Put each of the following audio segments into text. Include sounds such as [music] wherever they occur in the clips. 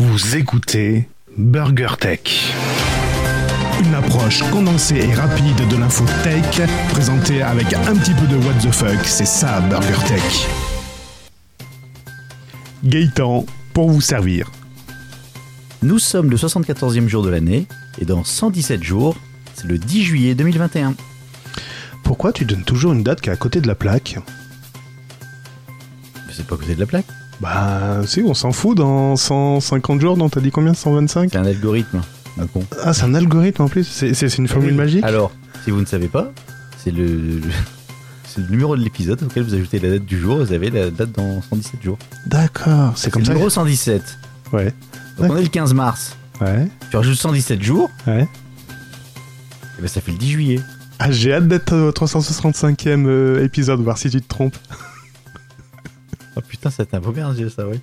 Vous écoutez Burger Tech. Une approche condensée et rapide de l'info tech, présentée avec un petit peu de what the fuck, c'est ça Burger Tech. Gaëtan, pour vous servir. Nous sommes le 74e jour de l'année et dans 117 jours, c'est le 10 juillet 2021. Pourquoi tu donnes toujours une date qui est à côté de la plaque Mais C'est pas à côté de la plaque, Bah, si, on s'en fout dans 150 jours, non T'as dit combien 125 c'est un algorithme. hein, Un con. Ah, c'est un algorithme en plus Ah. C'est c'est- c'est une formule magique Alors, si vous ne savez pas, c'est le, le- [laughs] c'est le numéro de l'épisode auquel vous ajoutez la date du jour, vous avez la date dans 117 jours. D'accord, c'est comme le ça. numéro 117. Ouais, Donc on est le 15 mars. ouais, Tu rajoutes 117 jours, ouais. et ben ça fait le 10 juillet. Ah, j'ai hâte d'être au 365e euh, épisode, voir si tu te trompes. Oh putain, ça t'a un beau merdier [laughs] ça, ouais.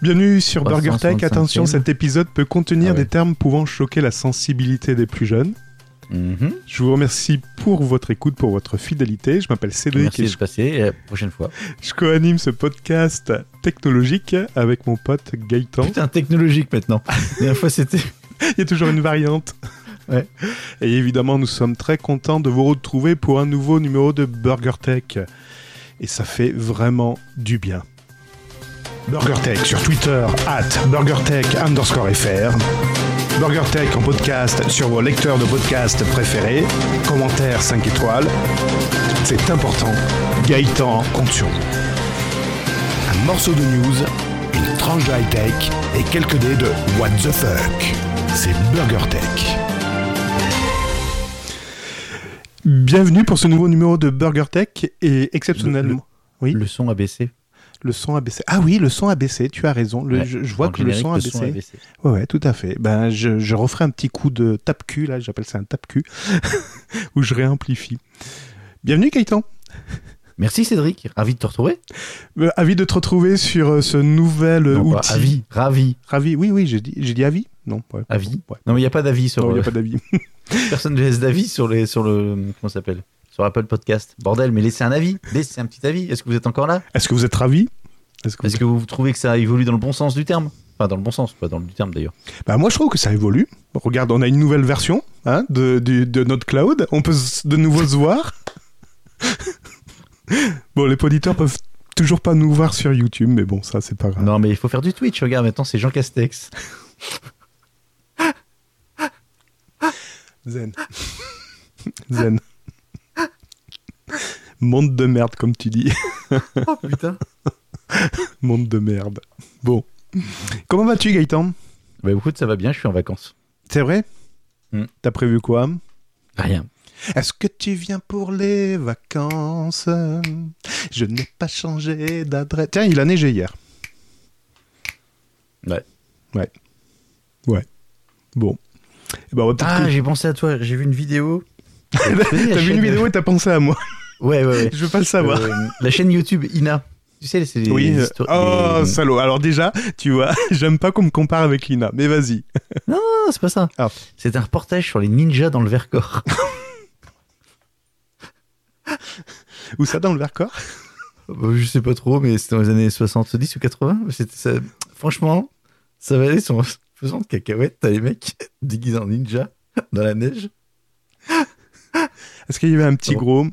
Bienvenue sur Burger Tech. 365e. Attention, cet épisode peut contenir Ah ouais. des termes pouvant choquer la sensibilité des plus jeunes. Mhm. Je vous remercie pour votre écoute, pour votre fidélité. Je m'appelle Cédric Merci et de passer, et à la prochaine fois. je co-anime ce podcast technologique avec mon pote Gaëtan. Putain, [laughs] technologique maintenant. La dernière fois c'était... Il y a toujours une variante. [laughs] Ouais. Et évidemment, nous sommes très contents de vous retrouver pour un nouveau numéro de Burger Tech. Et ça fait vraiment du bien. BurgerTech sur Twitter, at BurgerTech underscore FR. BurgerTech en podcast sur vos lecteurs de podcast préférés. Commentaires 5 étoiles. C'est important. Gaëtan compte sur vous. Un morceau de news, une tranche de high-tech et quelques dés de What the fuck. C'est BurgerTech. Bienvenue pour ce nouveau numéro de Burger Tech et exceptionnellement. Oui. Le son a baissé. Le son a baissé. Ah oui, le son a baissé, tu as raison. Le- Ouais, je, je vois Dans que le générique, son a baissé. baissé. Ouais, ouais, tout à fait. Ben, je, je referai un petit coup de tape-cul, là, j'appelle ça un tape-cul, [laughs] où je réamplifie. Bienvenue, Gaëtan. Merci Cédric, ravi de te retrouver. Euh, Avis de te retrouver sur euh, ce nouvel euh, Non, pas outil. ravi, ravi. Ravi, oui, oui, j'ai dit, j'ai dit avis Non, ouais. Avis Ouais. Non mais il n'y a pas d'avis sur... Non, il n'y euh, a pas d'avis. [laughs] Personne ne laisse d'avis sur, les, sur le... Comment ça s'appelle Sur Apple Podcast. Bordel, mais laissez un avis. Laissez un petit avis. Est-ce que vous êtes encore là Est-ce que vous êtes ravi Est-ce que vous- Est-ce que vous trouvez que ça évolue dans le bon sens du terme Enfin, dans le bon sens, pas dans le du terme d'ailleurs. Bah, Moi, je trouve que ça évolue. Regarde, on a une nouvelle version hein, de, du- de notre cloud. On peut s- de nouveau se voir. [laughs] bon, les auditeurs peuvent toujours pas nous voir sur YouTube, mais bon, ça, c'est pas grave. Non, mais il faut faire du Twitch. Regarde, maintenant, c'est [laughs] Jean Castex. Zen. [laughs] Zen. Monde de merde, comme tu dis. [laughs] Oh putain. Monde de merde. Bon. Comment vas-tu, Gaëtan Bah écoute, ça va bien, je suis en vacances. C'est vrai Hmm. T'as prévu quoi Rien. Est-ce que tu viens pour les vacances Je n'ai pas changé d'adresse. Tiens, il a neigé hier. Ouais. Ouais. Ouais. Bon. Eh ben, on va peut-être Ah, j'ai pensé à toi. J'ai vu une [laughs] vidéo. que- T'as vu une vidéo et t'as pensé à moi. Ouais, ouais, ouais. [laughs] Je veux pas le savoir. Euh, la chaîne YouTube Ina. Tu sais, c'est les oui. euh, histoires- Oh, les- salaud. Alors déjà, tu vois, [laughs] j'aime pas qu'on me compare avec Lina. Mais vas-y. Non, c'est pas ça. Ah. C'est un reportage sur les ninjas dans le Vercors. [laughs] Où ça dans le Vercors Bah, Je sais pas trop, mais c'était dans les années 70 ou 80. C'était ça. Franchement, ça valait son [laughs] faisant de cacahuètes. T'as les mecs [laughs] déguisés en ninja dans la neige. Est-ce qu'il y avait un petit Non. gros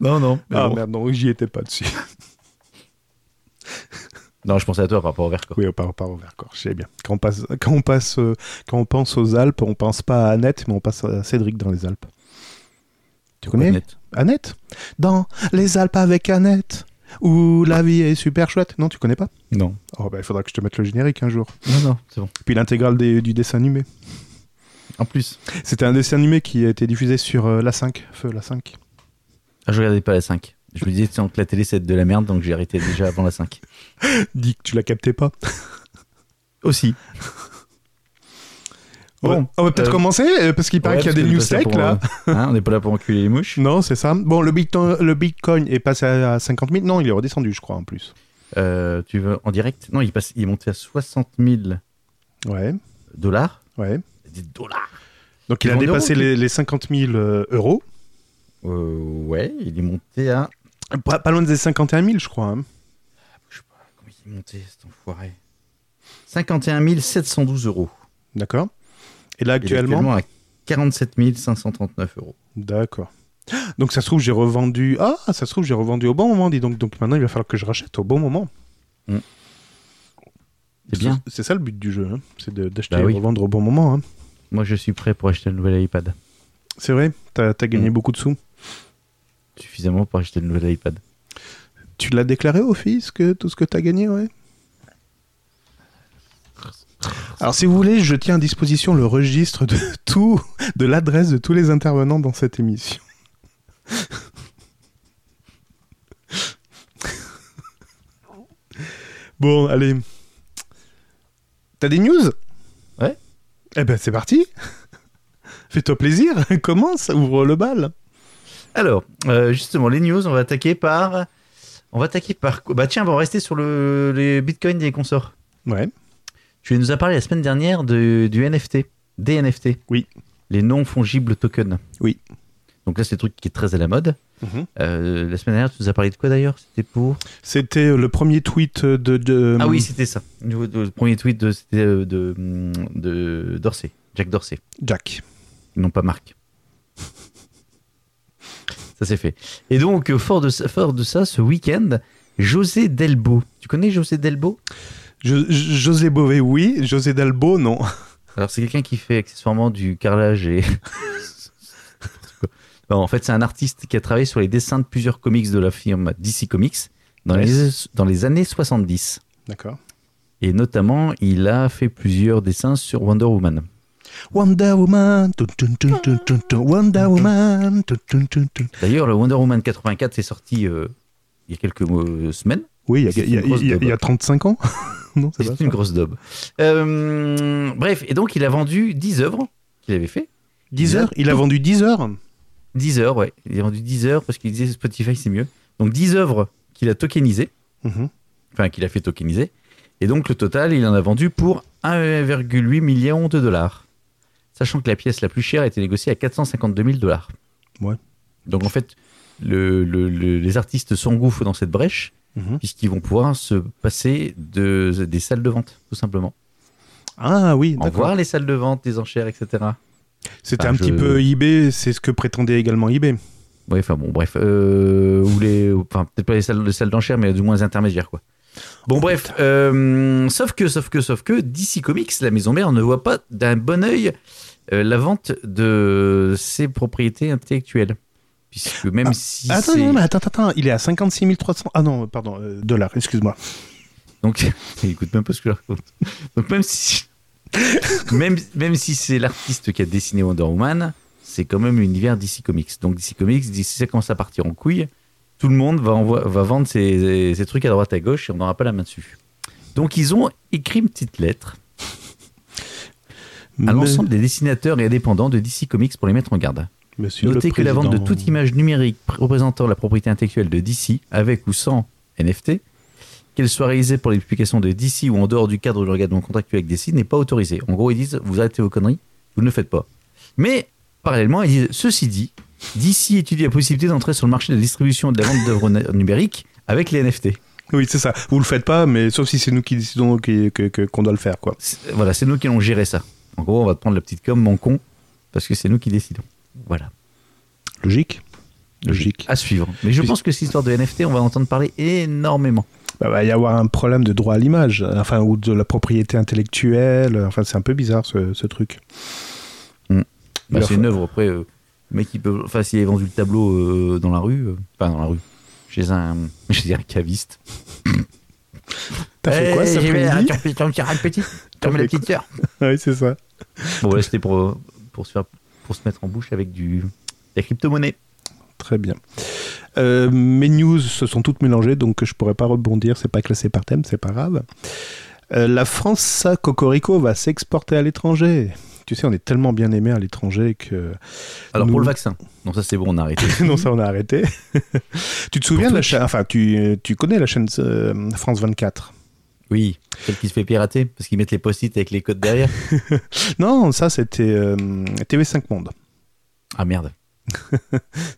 Non, non. mais Oh. Ah bon. merde, non, j'y étais pas dessus. Non, je pensais à toi par rapport au [laughs] Vercors. Oui, on part, on part au Vercors, je sais bien. Quand on, passe, quand, on passe, euh, quand on pense aux Alpes, on pense pas à Annette, mais on passe à Cédric dans les Alpes. Tu connais Honnête. Annette Dans les Alpes avec Annette, où la vie est super chouette. Non, tu connais pas Non. Oh, bah il faudra que je te mette le générique un jour. Non, non, c'est bon. Puis l'intégrale des- du dessin animé. En plus, C'était un dessin animé qui a été diffusé sur euh, la 5, Feu la 5. ah, je regardais pas la 5. Je me disais tiens, que la télé c'est de la merde, donc j'ai arrêté déjà avant la 5. Dis que tu la captais pas. Aussi. On va- Bon, on va peut-être euh, commencer, euh, parce qu'il paraît Ouais, qu'il y a parce des qu'on news est pas là tech pour, là. euh, [laughs] hein, on n'est pas là pour enculer les mouches. Non, c'est ça. Bon, le Bitcoin, le Bitcoin est passé à 50 000. Non, il est redescendu, je crois, en plus. Euh, tu veux en direct Non, il, passe, il est monté à 60 000 Ouais, dollars. ouais. Des dollars Donc, il a En euros, dépassé tu- les, les 50 000 euh, euros. Euh, Ouais, il est monté à. Pas, pas loin des 51 000, je crois. hein. Comment il est monté cet enfoiré 51 712 euros. D'accord. Et là, Il est actuellement. à 47 539 euros. D'accord. Donc, ça se trouve, j'ai revendu. Ah, ça se trouve, j'ai revendu au bon moment, dis donc. Donc, maintenant, il va falloir que je rachète au bon moment. C'est bien. C'est ça le but du jeu, hein. c'est de- d'acheter Bah et oui. revendre au bon moment. hein. Moi, je suis prêt pour acheter un nouvel iPad. C'est vrai, t'as as gagné beaucoup de sous. Suffisamment pour acheter un nouvel iPad. Tu l'as déclaré au fisc, euh, tout ce que tu as gagné, ouais Alors, si vous voulez, je tiens à disposition le registre de [laughs] tout, de l'adresse de tous les intervenants dans cette émission. [laughs] Bon, allez. T'as des news Ouais. Eh ben, c'est parti. [laughs] Fais-toi plaisir, [laughs] commence, ouvre le bal. Alors, euh, justement, les news, on va attaquer par. On va attaquer par. quoi Bah, tiens, on va rester sur le... les bitcoins des consorts. Ouais, Tu nous as parlé la semaine dernière de- du NFT, des NFT. Oui. Les non-fongibles tokens. Oui. Donc là, c'est le truc qui est très à la mode. Mhm. Euh, la semaine dernière, tu nous as parlé de quoi d'ailleurs C'était pour. c'était le premier tweet de. de- Ah oui, c'était ça. Le, le premier tweet de, c'était, euh, de, de Dorsey, Jack Dorsey, Jack. non pas Marc. [laughs] ça c'est fait. Et donc, euh, fort de, ça- fort de ça, ce week-end, José Delbo. Tu connais José Delbo Jo- Jo- José Bové, oui. José Dalbo, non. Alors, c'est quelqu'un qui fait accessoirement du carrelage et. [laughs] Non, en fait, c'est un artiste qui a travaillé sur les dessins de plusieurs comics de la firme DC Comics dans, Ouais. les, dans les années 70. D'accord. Et notamment, il a fait plusieurs dessins sur Wonder Woman. Wonder Woman. tun, tun, tun, tun, tun, tun, Wonder Woman. tun, tun, tun, tun. D'ailleurs, le Wonder Woman 84 est sorti euh, il y a quelques euh, semaines. Oui, il y a- C'est il y, a- une grosse il y a- il y a daube. 35 ans. [laughs] non, c'est pas C'est une grosse daube. Euh, bref, et donc il a vendu 10 œuvres qu'il avait fait. 10 heures. heures Il a vendu 10 heures 10 œuvres, ouais. Il a vendu 10 œuvres parce qu'il disait Spotify c'est mieux. Donc 10 œuvres qu'il a tokenisées, Mhm. enfin qu'il a fait tokeniser. Et donc le total, il en a vendu pour 1,8 million de dollars. Sachant que la pièce la plus chère a été négociée à 452 000 dollars. Ouais. Donc en fait, le- le- le- les artistes s'engouffrent dans cette brèche. Mhm. puisqu'ils vont pouvoir se passer de, des salles de vente, tout simplement. Ah oui, En d'accord. voir les salles de vente, les enchères, etc. C'était Enfin, un je- petit peu eBay, c'est ce que prétendait également eBay. Oui, enfin bon, bref. euh, ou les, ou- enfin, peut-être pas les salles, les salles d'enchères, mais du moins les intermédiaires, quoi. Bon, bref. euh, sauf que, sauf que, sauf que, DC Comics, la maison mère, ne voit pas d'un bon œil euh, la vente de ses propriétés intellectuelles. Puisque même si. Ah. Attends, c'est- non, mais attends, attends, il est à 56 300. Ah non, pardon, euh, dollars, excuse-moi. Donc, [laughs] il écoute même pas ce que je raconte. Donc, même si, [laughs] même, même si c'est l'artiste qui a dessiné Wonder Woman, c'est quand même l'univers DC Comics. Donc, DC Comics, si ça commence à partir en couille, tout le monde va, envo- va vendre ses, ses trucs à droite à gauche et on n'aura pas la main dessus. Donc, ils ont écrit une petite lettre à Mais- l'ensemble des dessinateurs et indépendants de DC Comics pour les mettre en garde. Monsieur le Notez que la vente de Président. toute image numérique pr- représentant la propriété intellectuelle de DC, avec ou sans NFT, qu'elle soit réalisée pour les publications de DC ou en dehors du cadre de l'engagement contractuel avec DC, n'est pas autorisée. En gros, ils disent vous arrêtez vos conneries, vous ne le faites pas. Mais parallèlement, ils disent ceci dit, DC étudie la possibilité d'entrer sur le marché de la distribution et de la vente d'œuvres na- numériques avec les NFT. Oui, c'est ça. Vous le faites pas, mais sauf si c'est nous qui décidons qui- que- que- qu'on doit le faire, quoi. C'est- Voilà, c'est nous qui allons gérer ça. En gros, on va te prendre la petite com, mon con, parce que c'est nous qui décidons. Voilà. Logique. Logique. À suivre. Mais je Puis- pense que cette histoire de NFT, on va entendre parler énormément. Bah, va y avoir un problème de droit à l'image, enfin, ou de la propriété intellectuelle. Enfin, c'est un peu bizarre ce, ce truc. Bah, Leur- c'est une œuvre après. euh, le mec, il peut. Enfin, s'il a vendu le tableau euh, dans la rue, euh, pas dans la rue, chez un, [laughs] chez un caviste. T'as fait Eh, quoi cet après-midi [laughs] petit. T'as fait petite sœur. [laughs] Oui, c'est ça. Bon, voilà, c'était pour, euh, pour, se faire, pour se mettre en bouche avec du, de la crypto-monnaie. Très bien. Euh, mes news se sont toutes mélangées, donc je pourrais pas rebondir. C'est pas classé par thème, c'est pas grave. Euh, la France, ça, Cocorico, va s'exporter à l'étranger. Tu sais, on est tellement bien aimé à l'étranger que. Alors, Nous- pour le vaccin. Non, ça, c'est bon, on a [laughs] arrêté. non, ça, on a arrêté. tu te souviens de la Twitch. chaîne. Enfin, tu, tu connais la chaîne euh, France 24 Oui, celle qui se fait pirater, parce qu'ils mettent les post-it avec les codes derrière. Non, ça, c'était euh, TV5 Monde. Ah merde.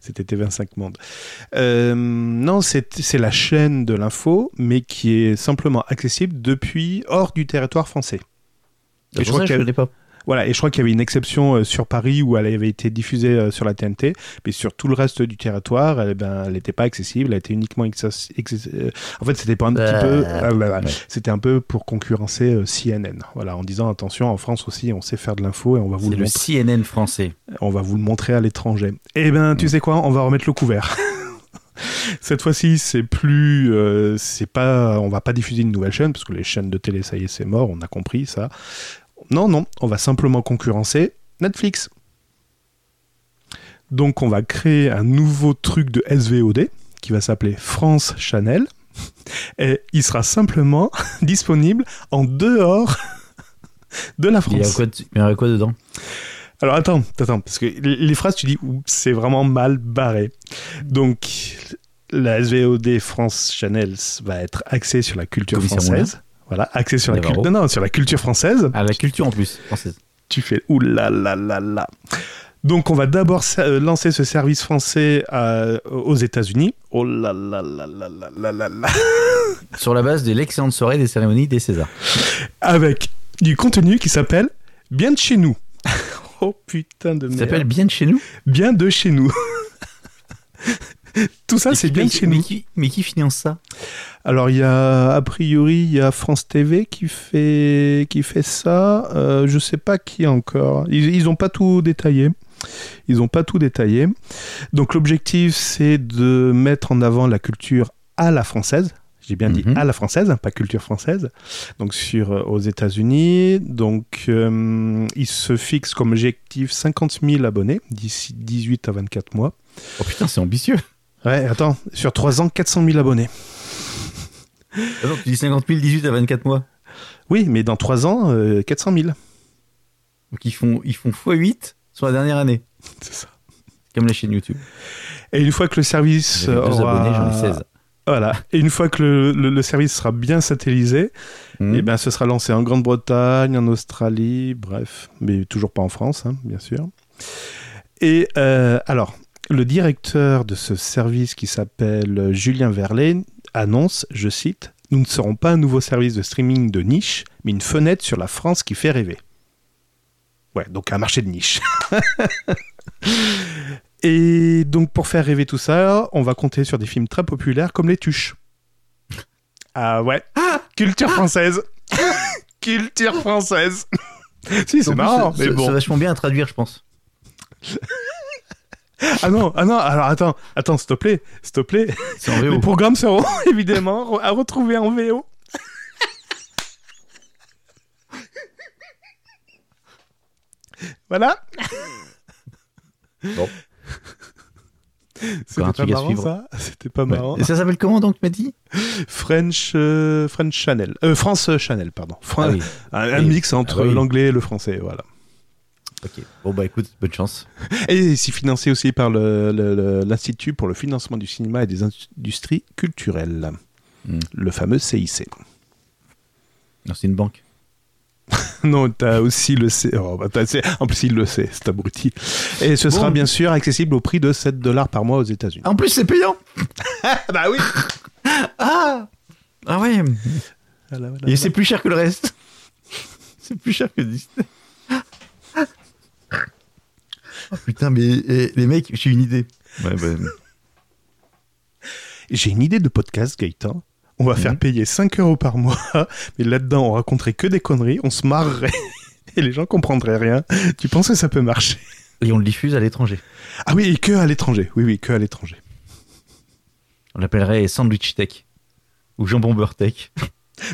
C'était TV5 Monde. Euh, non, c'est c'est la chaîne de l'info, mais qui est simplement accessible depuis hors du territoire français. C'est pour ça que je qu'elle- connais pas. Voilà, et je crois qu'il y avait une exception euh, sur Paris où elle avait été diffusée euh, sur la TNT, mais sur tout le reste du territoire, elle ben, elle n'était pas accessible, elle était uniquement access- access- euh, en fait, c'était pour un petit Euh, peu, ah, bah, bah, ouais. c'était un peu pour concurrencer euh, CNN. Voilà, en disant attention, en France aussi, on sait faire de l'info et on va vous C'est le, le montrer- CNN français. on va vous le montrer à l'étranger. Eh ben, Mm. tu sais quoi, on va remettre le couvert. [laughs] Cette fois-ci, c'est plus, euh, c'est pas, on va pas diffuser une nouvelle chaîne parce que les chaînes de télé, ça y est, c'est mort, on a compris ça. Non, non, on va simplement concurrencer Netflix. Donc, on va créer un nouveau truc de SVOD qui va s'appeler France Channel [laughs] et il sera simplement [laughs] disponible en dehors [laughs] de la Il y a France. quoi, de- il y a quoi dedans Alors attends, attends, parce que les les phrases, tu dis, Oups, c'est vraiment mal barré. Donc, la SVOD France Channel va être axée sur la culture Commissaire française. Voilà, axée sur la, Navarro. culture, non, non, sur la culture française. Ah, la culture en plus, française. Tu fais ouh là là là là. Donc, on va d'abord sa- euh, lancer ce service français à- aux États-Unis. Oh là là là là là là là là. Sur la base de l'excellente soirée des cérémonies des Césars. Avec du contenu qui s'appelle Bien de chez nous. [laughs] oh putain de Ça merde. s'appelle Bien de chez nous. Bien de chez nous. Tout ça, Mais c'est qui bien de paye- chez mais nous. qui- mais qui finance ça Alors il y a a priori il y a France TV qui fait qui fait ça. Euh, je sais pas qui encore. Ils ils ont pas tout détaillé. Ils ont pas tout détaillé. Donc l'objectif c'est de mettre en avant la culture à la française. J'ai bien dit Mhm. à la française, hein, pas culture française. Donc sur euh, aux États-Unis. Donc euh, ils se fixent comme objectif 50 000 abonnés d'ici 18 à 24 mois. Oh putain, c'est ambitieux. Ouais, attends, sur 3 ans 400 000 abonnés. Attends, Ah tu dis 50 000, 18 à 24 mois. Oui, mais dans 3 ans euh, 400 000. Donc ils font, ils font x8 sur la dernière [laughs] année. C'est ça. Comme la chaîne YouTube. Et une fois que le service euh, J'avais deux aura- abonnés, j'en ai 16. Voilà. Et une fois que le, le- le service sera bien satellisé, Hmm. eh ben, ce sera lancé en Grande-Bretagne, en Australie, bref, mais toujours pas en France, hein, bien sûr. Et euh, alors, le directeur de ce service qui s'appelle euh, Julien Verlet annonce, je cite, Nous ne serons pas un nouveau service de streaming de niche, mais une fenêtre sur la France qui fait rêver. Ouais, donc un marché de niche. Et donc pour faire rêver tout ça, on va compter sur des films très populaires comme Les Tuches. Ah ouais, culture française. culture française. si, En c'est plus, marrant, c'est- mais c'est- bon. C'est vachement bien à traduire, je pense. Ah non, ah non, alors attends, attends, s'il te plaît, s'il te plaît. C'est en Les VO. programmes seront [laughs] évidemment re- à retrouver en VO. [laughs] voilà. Bon. C'était Encore un pas truc à marrant suivre. ça C'était pas Ouais. marrant. Et ça s'appelle comment donc, tu m'as dit French, euh, French Channel. Euh, France euh, Channel, pardon. Fran- Ah oui. un, un Oui. mix entre Ah oui. l'anglais et le français, voilà. Ok. Bon bah écoute, bonne chance. Et c'est financé aussi par le- le- le- l'Institut pour le financement du cinéma et des industries culturelles, Hmm. le fameux CIC. Non, c'est une banque. Non, t'as aussi le C. oh, bah, t'as- c'est- En plus, il le sait, cet abruti. Et ce sera Bon. bien sûr accessible au prix de 7 dollars par mois aux États-Unis. En plus, c'est payant. bah oui Ah Ah ouais. Et c'est plus cher que le reste. [laughs] C'est plus cher que Disney. Oh putain, mais eh, les mecs, j'ai une idée. Ouais, bah, J'ai une idée de podcast, Gaëtan. On va faire Mhm. payer 5 euros par mois, [laughs] mais là-dedans, on raconterait que des conneries, on se marrerait [laughs] et les gens comprendraient rien. Tu penses que ça peut marcher Et on le diffuse à l'étranger. Ah oui, et que à l'étranger. Oui, oui, que à l'étranger. On l'appellerait Sandwich Tech. Ou Jambon Beurre Tech.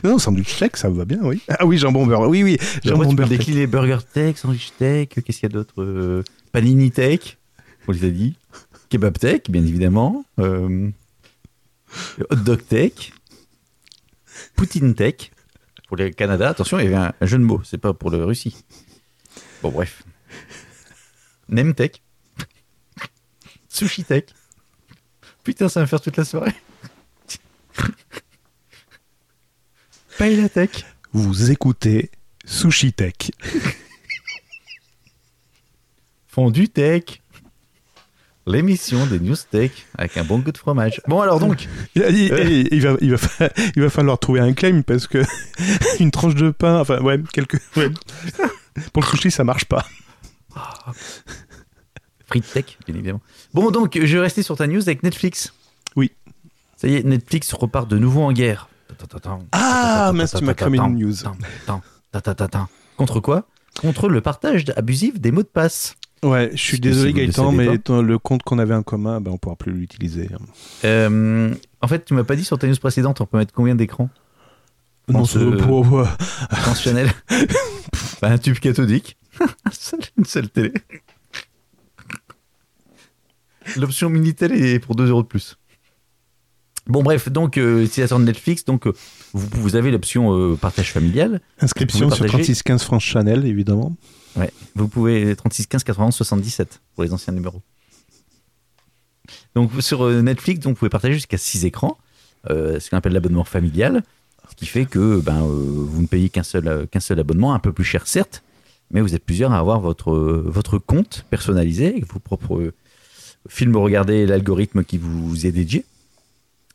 Non, non, sandwich tech, ça me va bien, oui. Ah oui, jambon beurre. Oui, oui, Après, jambon tu peux beurre. tech. décliner Burger Tech, Sandwich Tech, qu'est-ce qu'il y a d'autre Euh, Panini Tech, on les a dit. Kebab Tech, bien évidemment. Euh, Hot Dog Tech. Poutine Tech. Pour le Canada, attention, il y avait un, un jeu de mots, c'est pas pour le Russie. Bon, bref. Nem Tech. Sushi Tech. Putain, ça va me faire toute la soirée. Paella Tech. Vous écoutez Sushi Tech. Fondu Tech. l'émission des News Tech avec un bon goût de fromage. Bon, [laughs] alors donc, Il, il- il- il va, il, va, fa- il va falloir trouver un claim parce que [laughs] une tranche de pain, enfin ouais, quelques. ouais. Pour le sushi, ça marche pas. frites tech, bien évidemment. Bon, donc, je vais rester sur ta news avec Netflix. Oui. Ça y est, Netflix repart de nouveau en guerre. Ah, mince, tu m'as cramé une news. Contre quoi Contre le partage abusif des mots de passe. Ouais, je suis Parce que si désolé vous Gaëtan, décédez mais ton- le compte qu'on avait en commun, ben, on pourra plus l'utiliser. Euh, en fait, tu m'as pas dit sur ta news précédente, on peut mettre combien d'écrans Non, ce- c'est- pour- pour- euh, conventionnels Bah, [laughs] Un tube cathodique, Un [laughs] seul- une seule télé. L'option Minitel est pour 2 euros de plus. Bon, bref, donc, euh, utilisateurs de Netflix, donc, euh, vous, vous avez l'option euh, partage familial. Inscription Vous sur partagez. 3615 France Chanel, évidemment. Vous pouvez 36 15 91 77 pour les anciens numéros. Donc sur euh, Netflix, donc, vous pouvez partager jusqu'à 6 écrans, euh, ce qu'on appelle l'abonnement familial, ce qui fait que ben, euh, vous ne payez qu'un seul, euh, qu'un seul abonnement, un peu plus cher certes, mais vous êtes plusieurs à avoir votre, euh, votre compte personnalisé avec vos propres euh, films à regarder et l'algorithme qui vous est dédié.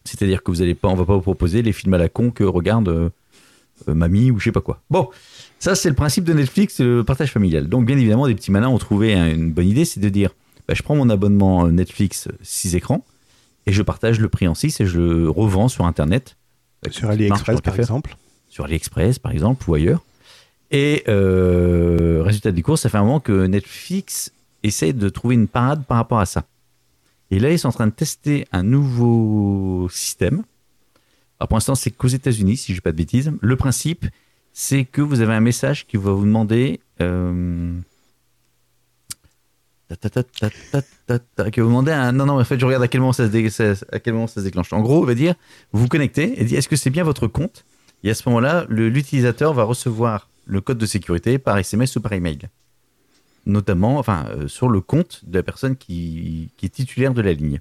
C'est-à-dire que vous allez pas, on va pas vous proposer les films à la con que regarde euh, euh, mamie ou je sais pas quoi. Bon, ça, c'est le principe de Netflix, c'est le partage familial. Donc, bien évidemment, des petits malins ont trouvé hein, une bonne idée, c'est de dire bah, je prends mon abonnement euh, Netflix 6 écrans et je partage le prix en 6 et je le revends sur Internet. Sur Marche, AliExpress, tant qu'à par faire exemple. sur AliExpress par exemple ou ailleurs. Et euh, résultat des courses, ça fait un moment que Netflix essaie de trouver une parade par rapport à ça. Et là, ils sont en train de tester un nouveau système. Alors pour l'instant, c'est qu'aux États-Unis, si je ne pas de bêtises. Le principe, c'est que vous avez un message qui va vous demander. euh, ta, ta, ta, ta, ta, ta, ta, que vous demandez un. Non, non, en fait, je regarde à quel moment ça se, dé- ça- à quel moment ça se déclenche. En gros, il va dire vous vous connectez et dit est-ce que c'est bien votre compte et à ce moment-là, le- l'utilisateur va recevoir le code de sécurité par SMS ou par email. Notamment, enfin, euh, sur le compte de la personne qui, qui est titulaire de la ligne.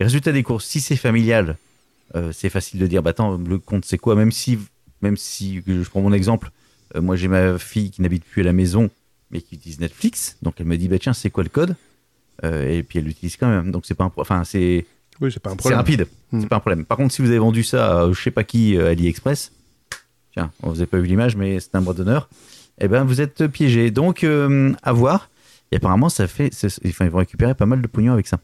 Et résultat des courses, si c'est familial, euh, c'est facile de dire, bah attends, le compte c'est quoi Même si, même si, je prends mon exemple, euh, moi j'ai ma fille qui n'habite plus à la maison, mais qui utilise Netflix, donc elle me dit, bah tiens, c'est quoi le code Euh, Et puis elle l'utilise quand même, donc c'est pas un, pro- enfin c'est, Oui, c'est pas un c'est problème. rapide, Hmm. c'est pas un problème. Par contre, si vous avez vendu ça à je sais pas qui, euh, AliExpress, tiens, on vous a pas vu l'image, mais c'est un bras d'honneur, eh ben vous êtes piégé. Donc, euh, à voir. Et apparemment, ça fait, c'est- enfin, ils vont récupérer pas mal de pognon avec ça.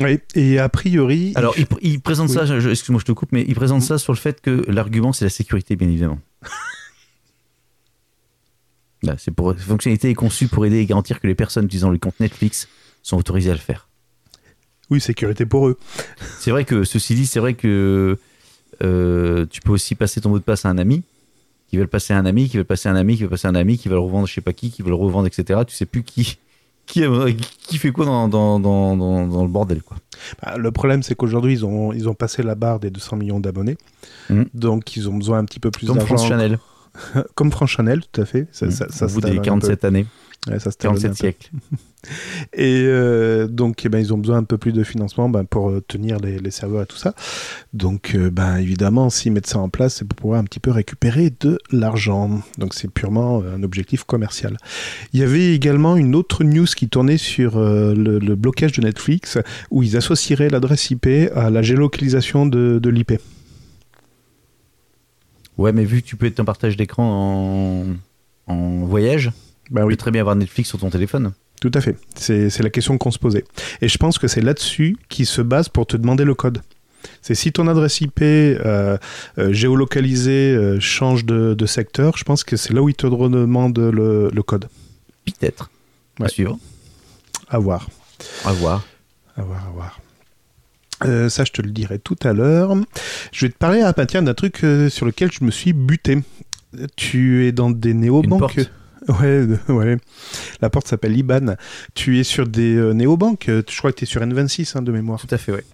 Oui, et a priori, Alors, ils pr- ils présentent Oui. Hmm. ça, je- je- excuse-moi, je te coupe, mais ils présentent ça sur le fait que l'argument, c'est la sécurité, [laughs] bien évidemment. Là, c'est pour, la fonctionnalité est conçue pour aider et garantir que les personnes utilisant le compte Netflix sont autorisées à le faire. oui, sécurité pour eux. C'est vrai que, ceci dit, c'est vrai que euh, tu peux aussi passer ton mot de passe à un ami, qui veut le passer à un ami, qui veut le passer à un ami, qui veut le passer à un ami, qui va le revendre, je sais pas qui, qui veut le revendre, etc. Tu sais plus qui, [laughs] qui, a- qui fait quoi dans, dans, dans, dans, dans le bordel, quoi. Bah, le problème, c'est qu'aujourd'hui, ils ont, ils ont passé la barre des 200 millions d'abonnés. Mhm. Donc, ils ont besoin un petit peu plus Comme d'argent. France Chanel, Comme France Chanel, tout à fait. Ça, Mmh. ça, ça au bout se talonne des un peu. 47 années, Ouais, ça se talonne un 47 peu. siècles. Et euh, donc, eh ben, ils ont besoin un peu plus de financement ben, pour euh, tenir les, les serveurs et tout ça. Donc, euh, ben, évidemment, s'ils mettent ça en place, c'est pour pouvoir un petit peu récupérer de l'argent. Donc, c'est purement euh, un objectif commercial. Il y avait également une autre news qui tournait sur euh, le, le blocage de Netflix, où ils associeraient l'adresse IP à la géolocalisation de, de l'IP. Ouais, mais vu que tu peux être en partage d'écran en, en voyage, Ben tu oui, peux très bien avoir Netflix sur ton téléphone. tout à fait. C'est c'est la question qu'on se posait. Et je pense que c'est là-dessus qu'ils se basent pour te demander le code. C'est si ton adresse IP euh, euh, géolocalisée euh, change de, de secteur, je pense que c'est là où ils te demandent le, le code. Peut-être. Ouais. À suivre. À voir. À voir. À voir, à voir. Euh, ça, je te le dirai tout à l'heure. Je vais te parler ah, bah, tiens, d'un truc euh, sur lequel je me suis buté. Tu es dans des Une néobanques. porte. Ouais, [laughs] ouais. La porte s'appelle IBAN. Tu es sur des euh, néobanques. Euh, Je crois que tu es sur N26 hein, de mémoire. Tout à fait, ouais.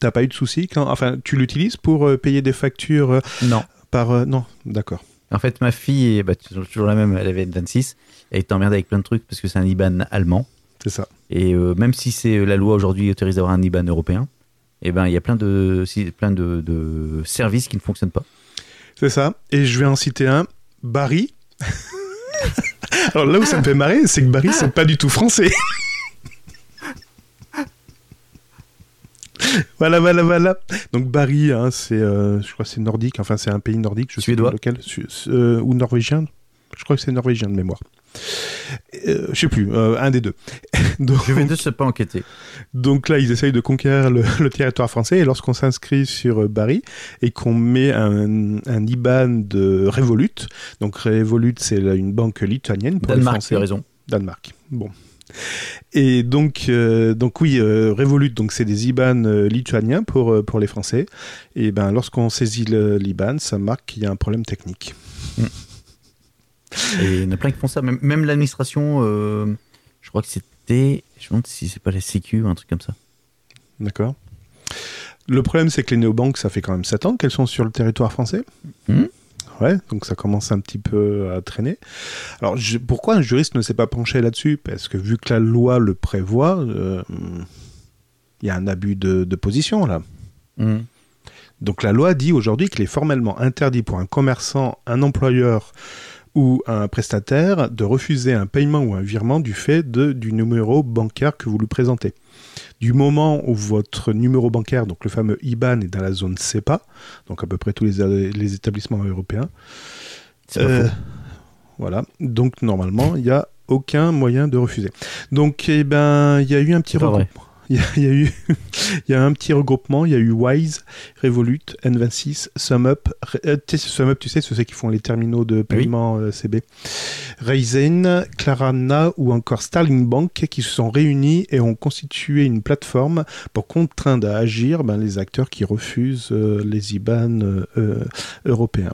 T'as pas eu de soucis quand... Enfin, tu l'utilises pour euh, payer des factures euh, Non. par... euh, Non, d'accord. En fait, ma fille est bah, toujours toujours la même, elle avait 26, elle est emmerdée avec plein de trucs parce que c'est un IBAN allemand. C'est ça. Et euh, même si c'est euh, la loi aujourd'hui autorise d'avoir un IBAN européen, eh ben, il y a plein, de, si- plein de, de services qui ne fonctionnent pas. C'est ça. Et je vais en citer un. Barry. [laughs] Alors là où ça me fait marrer, c'est que Barry, c'est pas du tout français. [laughs] Voilà, voilà, voilà. Donc Bari, hein, c'est, euh, je crois que c'est nordique, enfin c'est un pays nordique, je Suédois. sais pas lequel, Su- su- euh, ou norvégien. Je crois que c'est norvégien de mémoire. Euh, je sais plus, euh, un des deux. [laughs] Donc, Je vais de se pas enquêter. donc là, ils essayent de conquérir le, [laughs] le territoire français. Et lorsqu'on s'inscrit sur euh, Bari et qu'on met un, un IBAN de Revolut, donc Revolut, c'est la- une banque lituanienne pour les Danemark, tu Français. as raison. Danemark. Bon. Et donc, euh, donc oui, euh, Revolut, donc c'est des IBAN euh, lituaniens pour, euh, pour les Français. Et ben, lorsqu'on saisit le- l'IBAN, ça marque qu'il y a un problème technique. Et il y en a plein qui font ça. Même, même l'administration, euh, je crois que c'était. Je me demande si c'est pas la Sécu ou un truc comme ça. D'accord Le problème, c'est que les néobanques, ça fait quand même 7 ans qu'elles sont sur le territoire français. Mhm. Ouais, donc ça commence un petit peu à traîner. Alors, je- pourquoi un juriste ne s'est pas penché là-dessus Parce que vu que la loi le prévoit, euh, il y a un abus de- de position là. Hum. Donc la loi dit aujourd'hui qu'il est formellement interdit pour un commerçant, un employeur ou un prestataire de refuser un paiement ou un virement du fait de- du numéro bancaire que vous lui présentez. Du moment où votre numéro bancaire, donc le fameux IBAN, est dans la zone CEPA, donc à peu près tous les, les établissements européens, C'est pas euh, faux. Voilà. Donc normalement, il n'y a aucun moyen de refuser. Donc eh ben, il y a eu un petit C'est pas regroupement. [laughs] vrai. Il y, a- il y a eu, il y a un petit regroupement. Il y a eu Wise, Revolut, N26, SumUp. Re- euh, tu sais, SumUp, tu sais, c'est ceux qui font les terminaux de paiement euh, CB. Raisin, Klarana ou encore Starling Bank qui se sont réunis et ont constitué une plateforme pour contraindre à agir ben, les acteurs qui refusent euh, les IBAN euh, euh, européens.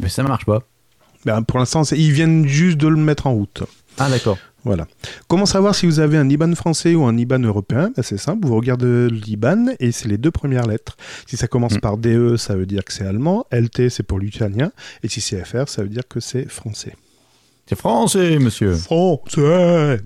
Mais ça marche pas. Ben, pour l'instant, c'est- ils viennent juste de le mettre en route. Ah, d'accord. Voilà. Comment savoir si vous avez un IBAN français ou un IBAN européen Ben, C'est simple, vous regardez l'IBAN et c'est les deux premières lettres. Si ça commence Mm. par DE, ça veut dire que c'est allemand, LT c'est pour l'italien, et si c'est FR, ça veut dire que c'est français. C'est français, monsieur. Français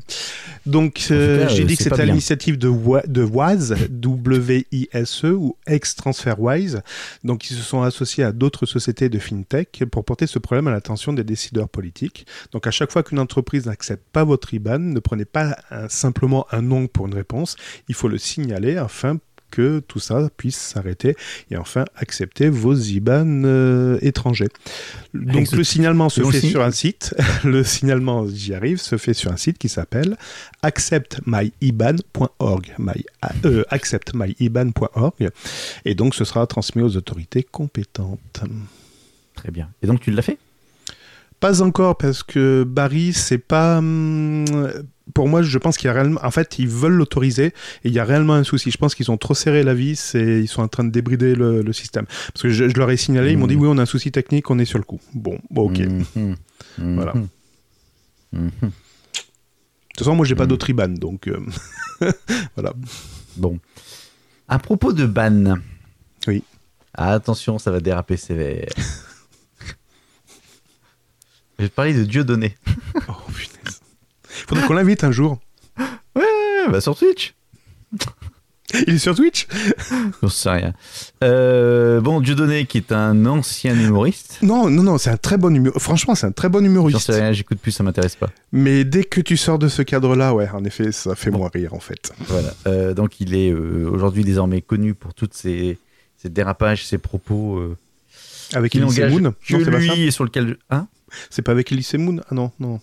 Donc euh, En tout cas, j'ai euh, dit que c'est pas c'était à bien. l'initiative de, Wa- de Wise, W-I-S-E E, ou ex-TransferWise. Donc ils se sont associés à d'autres sociétés de fintech pour porter ce problème à l'attention des décideurs politiques. Donc à chaque fois qu'une entreprise n'accepte pas votre IBAN, ne prenez pas un- simplement un nom pour une réponse, il faut le signaler afin que tout ça puisse s'arrêter et enfin accepter vos IBAN euh, étrangers. Donc Ex- le signalement se Et on fait signe- sur un site, [laughs] le signalement, j'y arrive, se fait sur un site qui s'appelle acceptmyiban.org. My- euh, acceptmyiban.org. Et donc ce sera transmis aux autorités compétentes. Très bien. Et donc, tu l'as fait Pas encore parce que Barry, c'est pas. hum, pour moi, je pense qu'il y a réellement. En fait, ils veulent l'autoriser et il y a réellement un souci. Je pense qu'ils ont trop serré la vis et ils sont en train de débrider le, le système. Parce que je, je leur ai signalé, ils m'ont dit Mhm. oui, on a un souci technique, on est sur le coup. Bon, bon ok. De Mhm. Mhm. Voilà. Mhm. toute façon, moi, j'ai pas Mhm. d'autre IBAN, donc. euh, voilà. Bon. À propos de ban. Oui. Ah, attention, ça va [laughs] déraper sévère. Je vais te parler de Dieudonné. Oh putain. Faudrait qu'on l'invite un jour. Ouais, bah sur Twitch. Il est sur Twitch J'en sais rien. Euh, bon, Dieudonné, qui est un ancien humoriste. Non, non, non, c'est un très bon numéro. Franchement, c'est un très bon J'en humoriste. sais rien, j'écoute plus, ça m'intéresse pas. Mais dès que tu sors de ce cadre-là, ouais, en effet, ça fait moins rire, en fait. Voilà. Euh, donc il est euh, aujourd'hui désormais connu pour toutes ses, ses dérapages, ses propos euh, Avec qui Elise n'engagent Moon. Non, que c'est pas ça lui et sur lequel je- hein C'est pas avec Elise Moon Ah non, non.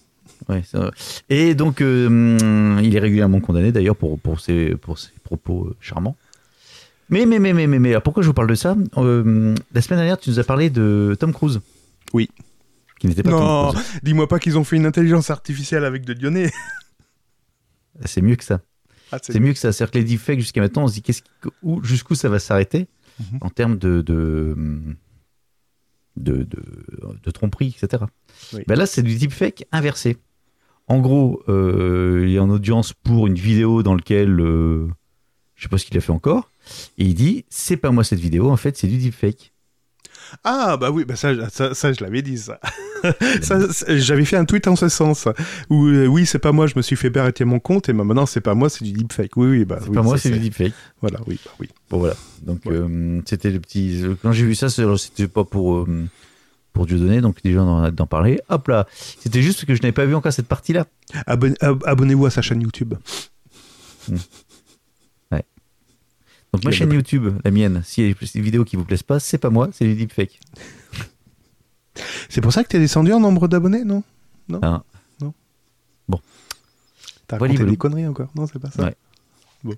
Ouais, c'est vrai. Et donc euh, hum, il est régulièrement condamné d'ailleurs pour pour ses pour ses propos euh, charmants. Mais mais mais mais mais mais alors, pourquoi je vous parle de ça Euh, La semaine dernière, tu nous as parlé de Tom Cruise. Oui. Qui n'était pas non, Tom Cruise. dis-moi pas qu'ils ont fait une intelligence artificielle avec de Dionné. C'est mieux que ça. [laughs] Ah, C'est mieux que ça. C'est-à-dire que les deepfakes, jusqu'à maintenant, on se dit qu'est-ce qui- où- jusqu'où ça va s'arrêter Mhm. en termes de, de, de, de, de tromperie, etc. Oui. Ben là, c'est du deepfake inversé. En gros, euh, il est en audience pour une vidéo dans laquelle, euh, je sais pas ce qu'il a fait encore, et il dit c'est pas moi cette vidéo, en fait, c'est du deepfake. Ah, bah oui, bah ça, ça, ça, je l'avais dit, [laughs] ça. Ça, c'est- J'avais fait un tweet en ce sens. Où, euh, oui, c'est pas moi, je me suis fait arrêter mon compte, et maintenant, c'est pas moi, c'est du deepfake. Oui, oui, bah. C'est oui, pas moi, ça, c'est du deepfake. Voilà, oui, bah oui. Bon voilà. Donc Ouais. euh, c'était le petit. Quand j'ai vu ça, c'est- c'était pas pour euh, pour Dieu donner, donc déjà on en a d'en parler. Hop là. C'était juste que je n'avais pas vu encore cette partie là. Abonne- ab- Abonnez-vous à sa chaîne YouTube. Donc ma Il y a chaîne de- YouTube, la mienne, s'il y a des vidéos qui vous plaisent pas, c'est pas moi, c'est du deepfake. C'est pour ça que t'es descendu en nombre d'abonnés, non Ah, Hein. T'as Voilà, raconté voilà. des conneries encore Non, c'est pas ça. Ouais. Bon.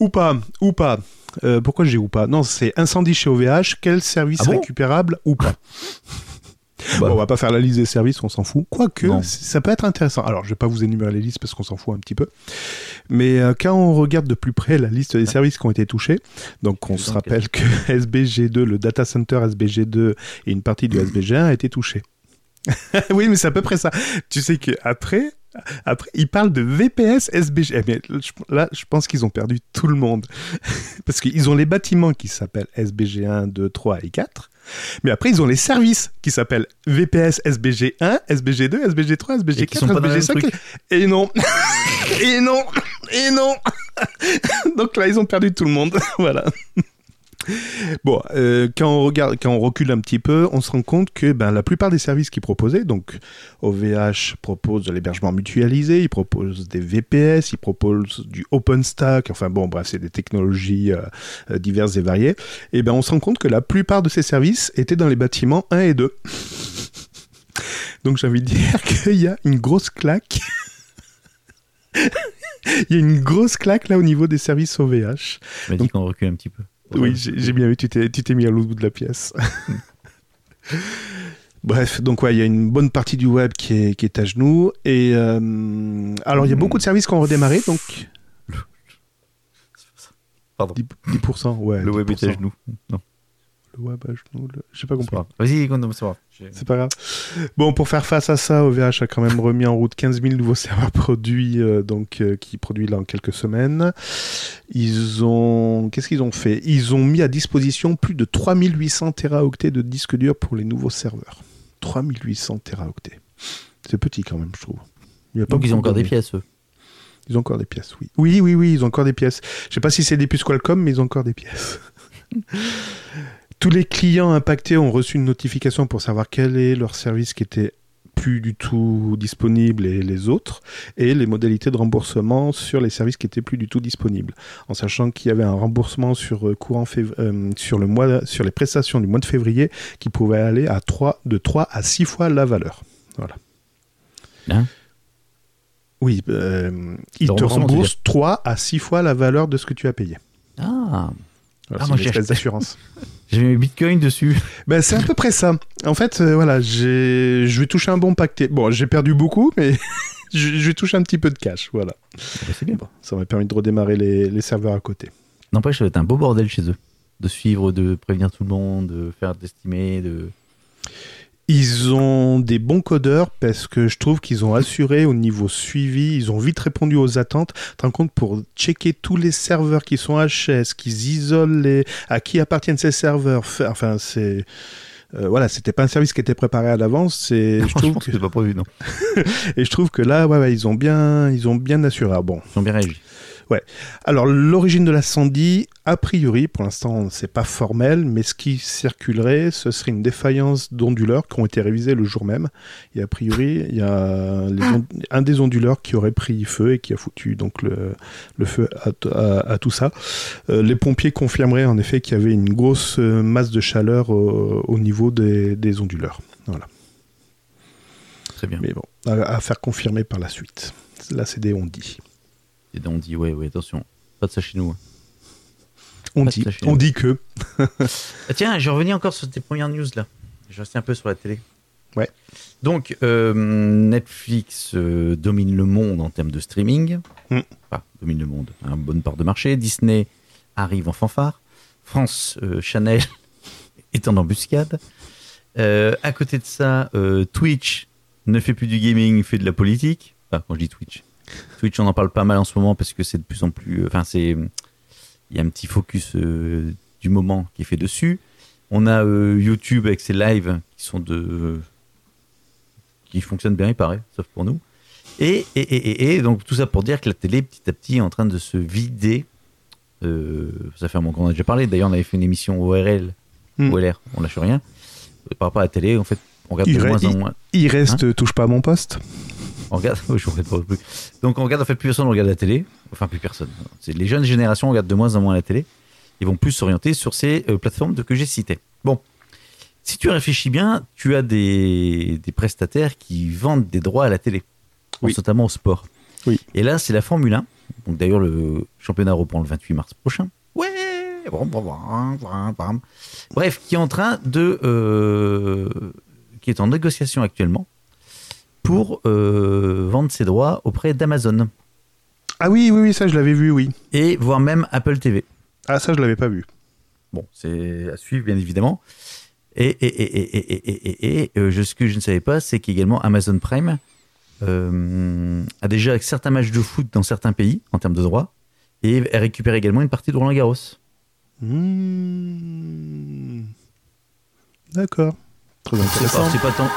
Ou pas, ou pas. Euh, pourquoi j'ai ou pas Non, c'est incendie chez OVH. Quel service Ah bon récupérable ou pas [laughs] Bah. Bon, On va pas faire la liste des services, on s'en fout. Quoique, Non. c- ça peut être intéressant. Alors, je vais pas vous énumérer les listes parce qu'on s'en fout un petit peu. Mais euh, quand on regarde de plus près la liste Ah. des services qui ont été touchés, donc on Je se sens rappelle que [laughs] SBG2, le data center SBG2 et une partie du SBG1 a été touchée. [laughs] oui, mais c'est à peu près ça. Tu sais que après, après, ils parlent de VPS SBG. Eh bien, je- là, je pense qu'ils ont perdu tout le monde. [laughs] Parce qu'ils ont les bâtiments qui s'appellent SBG1, 2, 3 et 4. Mais après, ils ont les services qui s'appellent VPS SBG1, SBG2, SBG3, Et qui SBG4, sont pas dans le même SBG5. Et non [laughs] Et non Et non [laughs] Donc là, ils ont perdu tout le monde. [laughs] voilà. Bon, euh, quand on regarde, quand on recule un petit peu, on se rend compte que ben, la plupart des services qu'ils proposaient, donc OVH propose de l'hébergement mutualisé, il propose des VPS, il propose du OpenStack, enfin bon, bref, c'est des technologies euh, euh, diverses et variées. Et ben, on se rend compte que la plupart de ces services étaient dans les bâtiments 1 et 2. [laughs] Donc j'ai envie de dire [laughs] qu'il y a une grosse claque. Il y a une grosse claque là au niveau des services OVH. Je m'as dit Donc- qu'on recule un petit peu. Oui, j'ai j'ai bien vu, tu t'es tu t'es mis à l'autre bout de la pièce. Mm. [laughs] Bref, donc ouais, il y a une bonne partie du web qui est, qui est à genoux. Et euh, alors, il Mm. y a beaucoup de services qui ont redémarré, donc Pardon. 10%, 10% ouais. Le web est à 10%. genoux. Non, Le web à genoux, le- j'ai pas c'est compris. pas grave. Vas-y, continue, c'est pas grave. J'ai- C'est pas grave. Bon, pour faire face à ça, OVH a quand même remis en route 15 000 nouveaux serveurs produits, euh, donc euh, qui produit là en quelques semaines. Ils ont, qu'est-ce qu'ils ont fait Ils ont mis à disposition plus de 3800 teraoctets de disques durs pour les nouveaux serveurs. 3800 teraoctets. C'est petit quand même, je trouve. Il y a pas Donc ils ont beaucoup encore des de- pièces, eux. Ils ont encore des pièces, oui. Oui, oui, oui, ils ont encore des pièces. Je sais pas si c'est des puces Qualcomm, mais ils ont encore des pièces. Tous les clients impactés ont reçu une notification pour savoir quel est leur service qui était plus du tout disponible et les autres, et les modalités de remboursement sur les services qui étaient plus du tout disponibles, en sachant qu'il y avait un remboursement sur euh, courant fév- euh, sur le mois sur les prestations du mois de février qui pouvait aller à 3, de 3 à 6 fois la valeur. Voilà. Hein oui, euh, ils te remboursement, tu veux remboursent 3 à 6 fois la valeur de ce que tu as payé. Ah, Voilà, Ah, c'est une moi, j'ai espèce acheté. d'assurance. j'ai mis Bitcoin dessus. [laughs] Ben, c'est à peu près ça. En fait, euh, voilà, j'ai- je vais toucher un bon paquet. Bon, j'ai perdu beaucoup, mais [laughs] je je vais toucher un petit peu de cash. Voilà. Ah, bah, c'est bien. Bon, ça m'a permis de redémarrer les, les serveurs à côté. N'empêche, ça va être un beau bordel chez eux. De suivre, de prévenir tout le monde, de faire d'estimer, de. Ils ont des bons codeurs parce que je trouve qu'ils ont assuré au niveau suivi, ils ont vite répondu aux attentes. Tu te rends compte pour checker tous les serveurs qui sont HS, qu'ils isolent les, à qui appartiennent ces serveurs. fa- Enfin, c'est euh, voilà, c'était pas un service qui était préparé à l'avance. [laughs] [laughs] C'est je Franchement, trouve pense que, que c'est pas prévu, non. et je trouve que là, ouais, ouais, ils ont bien, ils ont bien assuré. Ah, bon, Ils ont bien réagi. alors, l'origine de l'incendie, a priori, pour l'instant, c'est pas formel, mais ce qui circulerait, ce serait une défaillance d'onduleurs qui ont été révisés le jour même. Et a priori, il y a les on- un des onduleurs qui aurait pris feu et qui a foutu donc le, le feu à, t- à- à tout ça. Euh, les pompiers confirmeraient en effet qu'il y avait une grosse euh, masse de chaleur au, au niveau des, des onduleurs. Très bien. Mais bon, à, à faire confirmer par la suite. Là, c'est des on dit. Et on dit, ouais, ouais, attention, pas de ça chez nous. hein. On Pas de dit, sachet. on dit que. Ah, tiens, je revenais encore sur tes premières news là. Je restais un peu sur la télé. Ouais. Donc, euh, Netflix euh, domine le monde en termes de streaming. Mm. Enfin, domine le monde, une bonne part de marché. Disney arrive en fanfare. France euh, Chanel [laughs] est en embuscade. Euh, à côté de ça, euh, Twitch ne fait plus du gaming, fait de la politique. Enfin, quand je dis Twitch, Twitch, on en parle pas mal en ce moment parce que c'est de plus en plus. euh, Enfin, c'est. Il y a un petit focus euh, du moment qui est fait dessus. On a euh, YouTube avec ses lives qui sont de. qui fonctionnent bien, il paraît, sauf pour nous. Et, et, et, et, et donc tout ça pour dire que la télé, petit à petit, est en train de se vider. Euh, ça fait un moment qu'on en a déjà parlé. D'ailleurs, on avait fait une émission ORL, Hmm. OLR, on lâche rien. Euh, Par rapport à la télé, en fait, on regarde Il de re- moins en moins. Il reste, touche pas à mon poste. [laughs] On regarde, je regarde pas non plus. Donc on regarde en fait plus personne regarde la télé. Enfin, plus personne. C'est- Les jeunes générations regardent de moins en moins la télé. Ils vont plus s'orienter sur ces euh, plateformes de- que j'ai citées. Bon. Si tu réfléchis bien, tu as des, des prestataires qui vendent des droits à la télé. Je pense Oui. Notamment au sport. Oui. Et là, c'est la Formule 1. Donc d'ailleurs, le championnat reprend le 28 mars prochain. Ouais Bram, bram, bram, bram, bram. Bref, qui est en train de... euh, qui est en négociation actuellement pour euh, vendre ses droits auprès d'Amazon Ah oui, oui, oui, ça je l'avais vu, oui. et voire même Apple TV. Ah ça je l'avais pas vu. Bon, c'est à suivre bien évidemment. Et, et, et, et, et, et, et, et, et, euh, je- ce que je ne savais pas, c'est qu'également Amazon Prime euh, a déjà certains matchs de foot dans certains pays en termes de droits et elle récupère également une partie de Roland Garros. Hmm. D'accord. Très C'est pas, intéressant. c'est pas tant.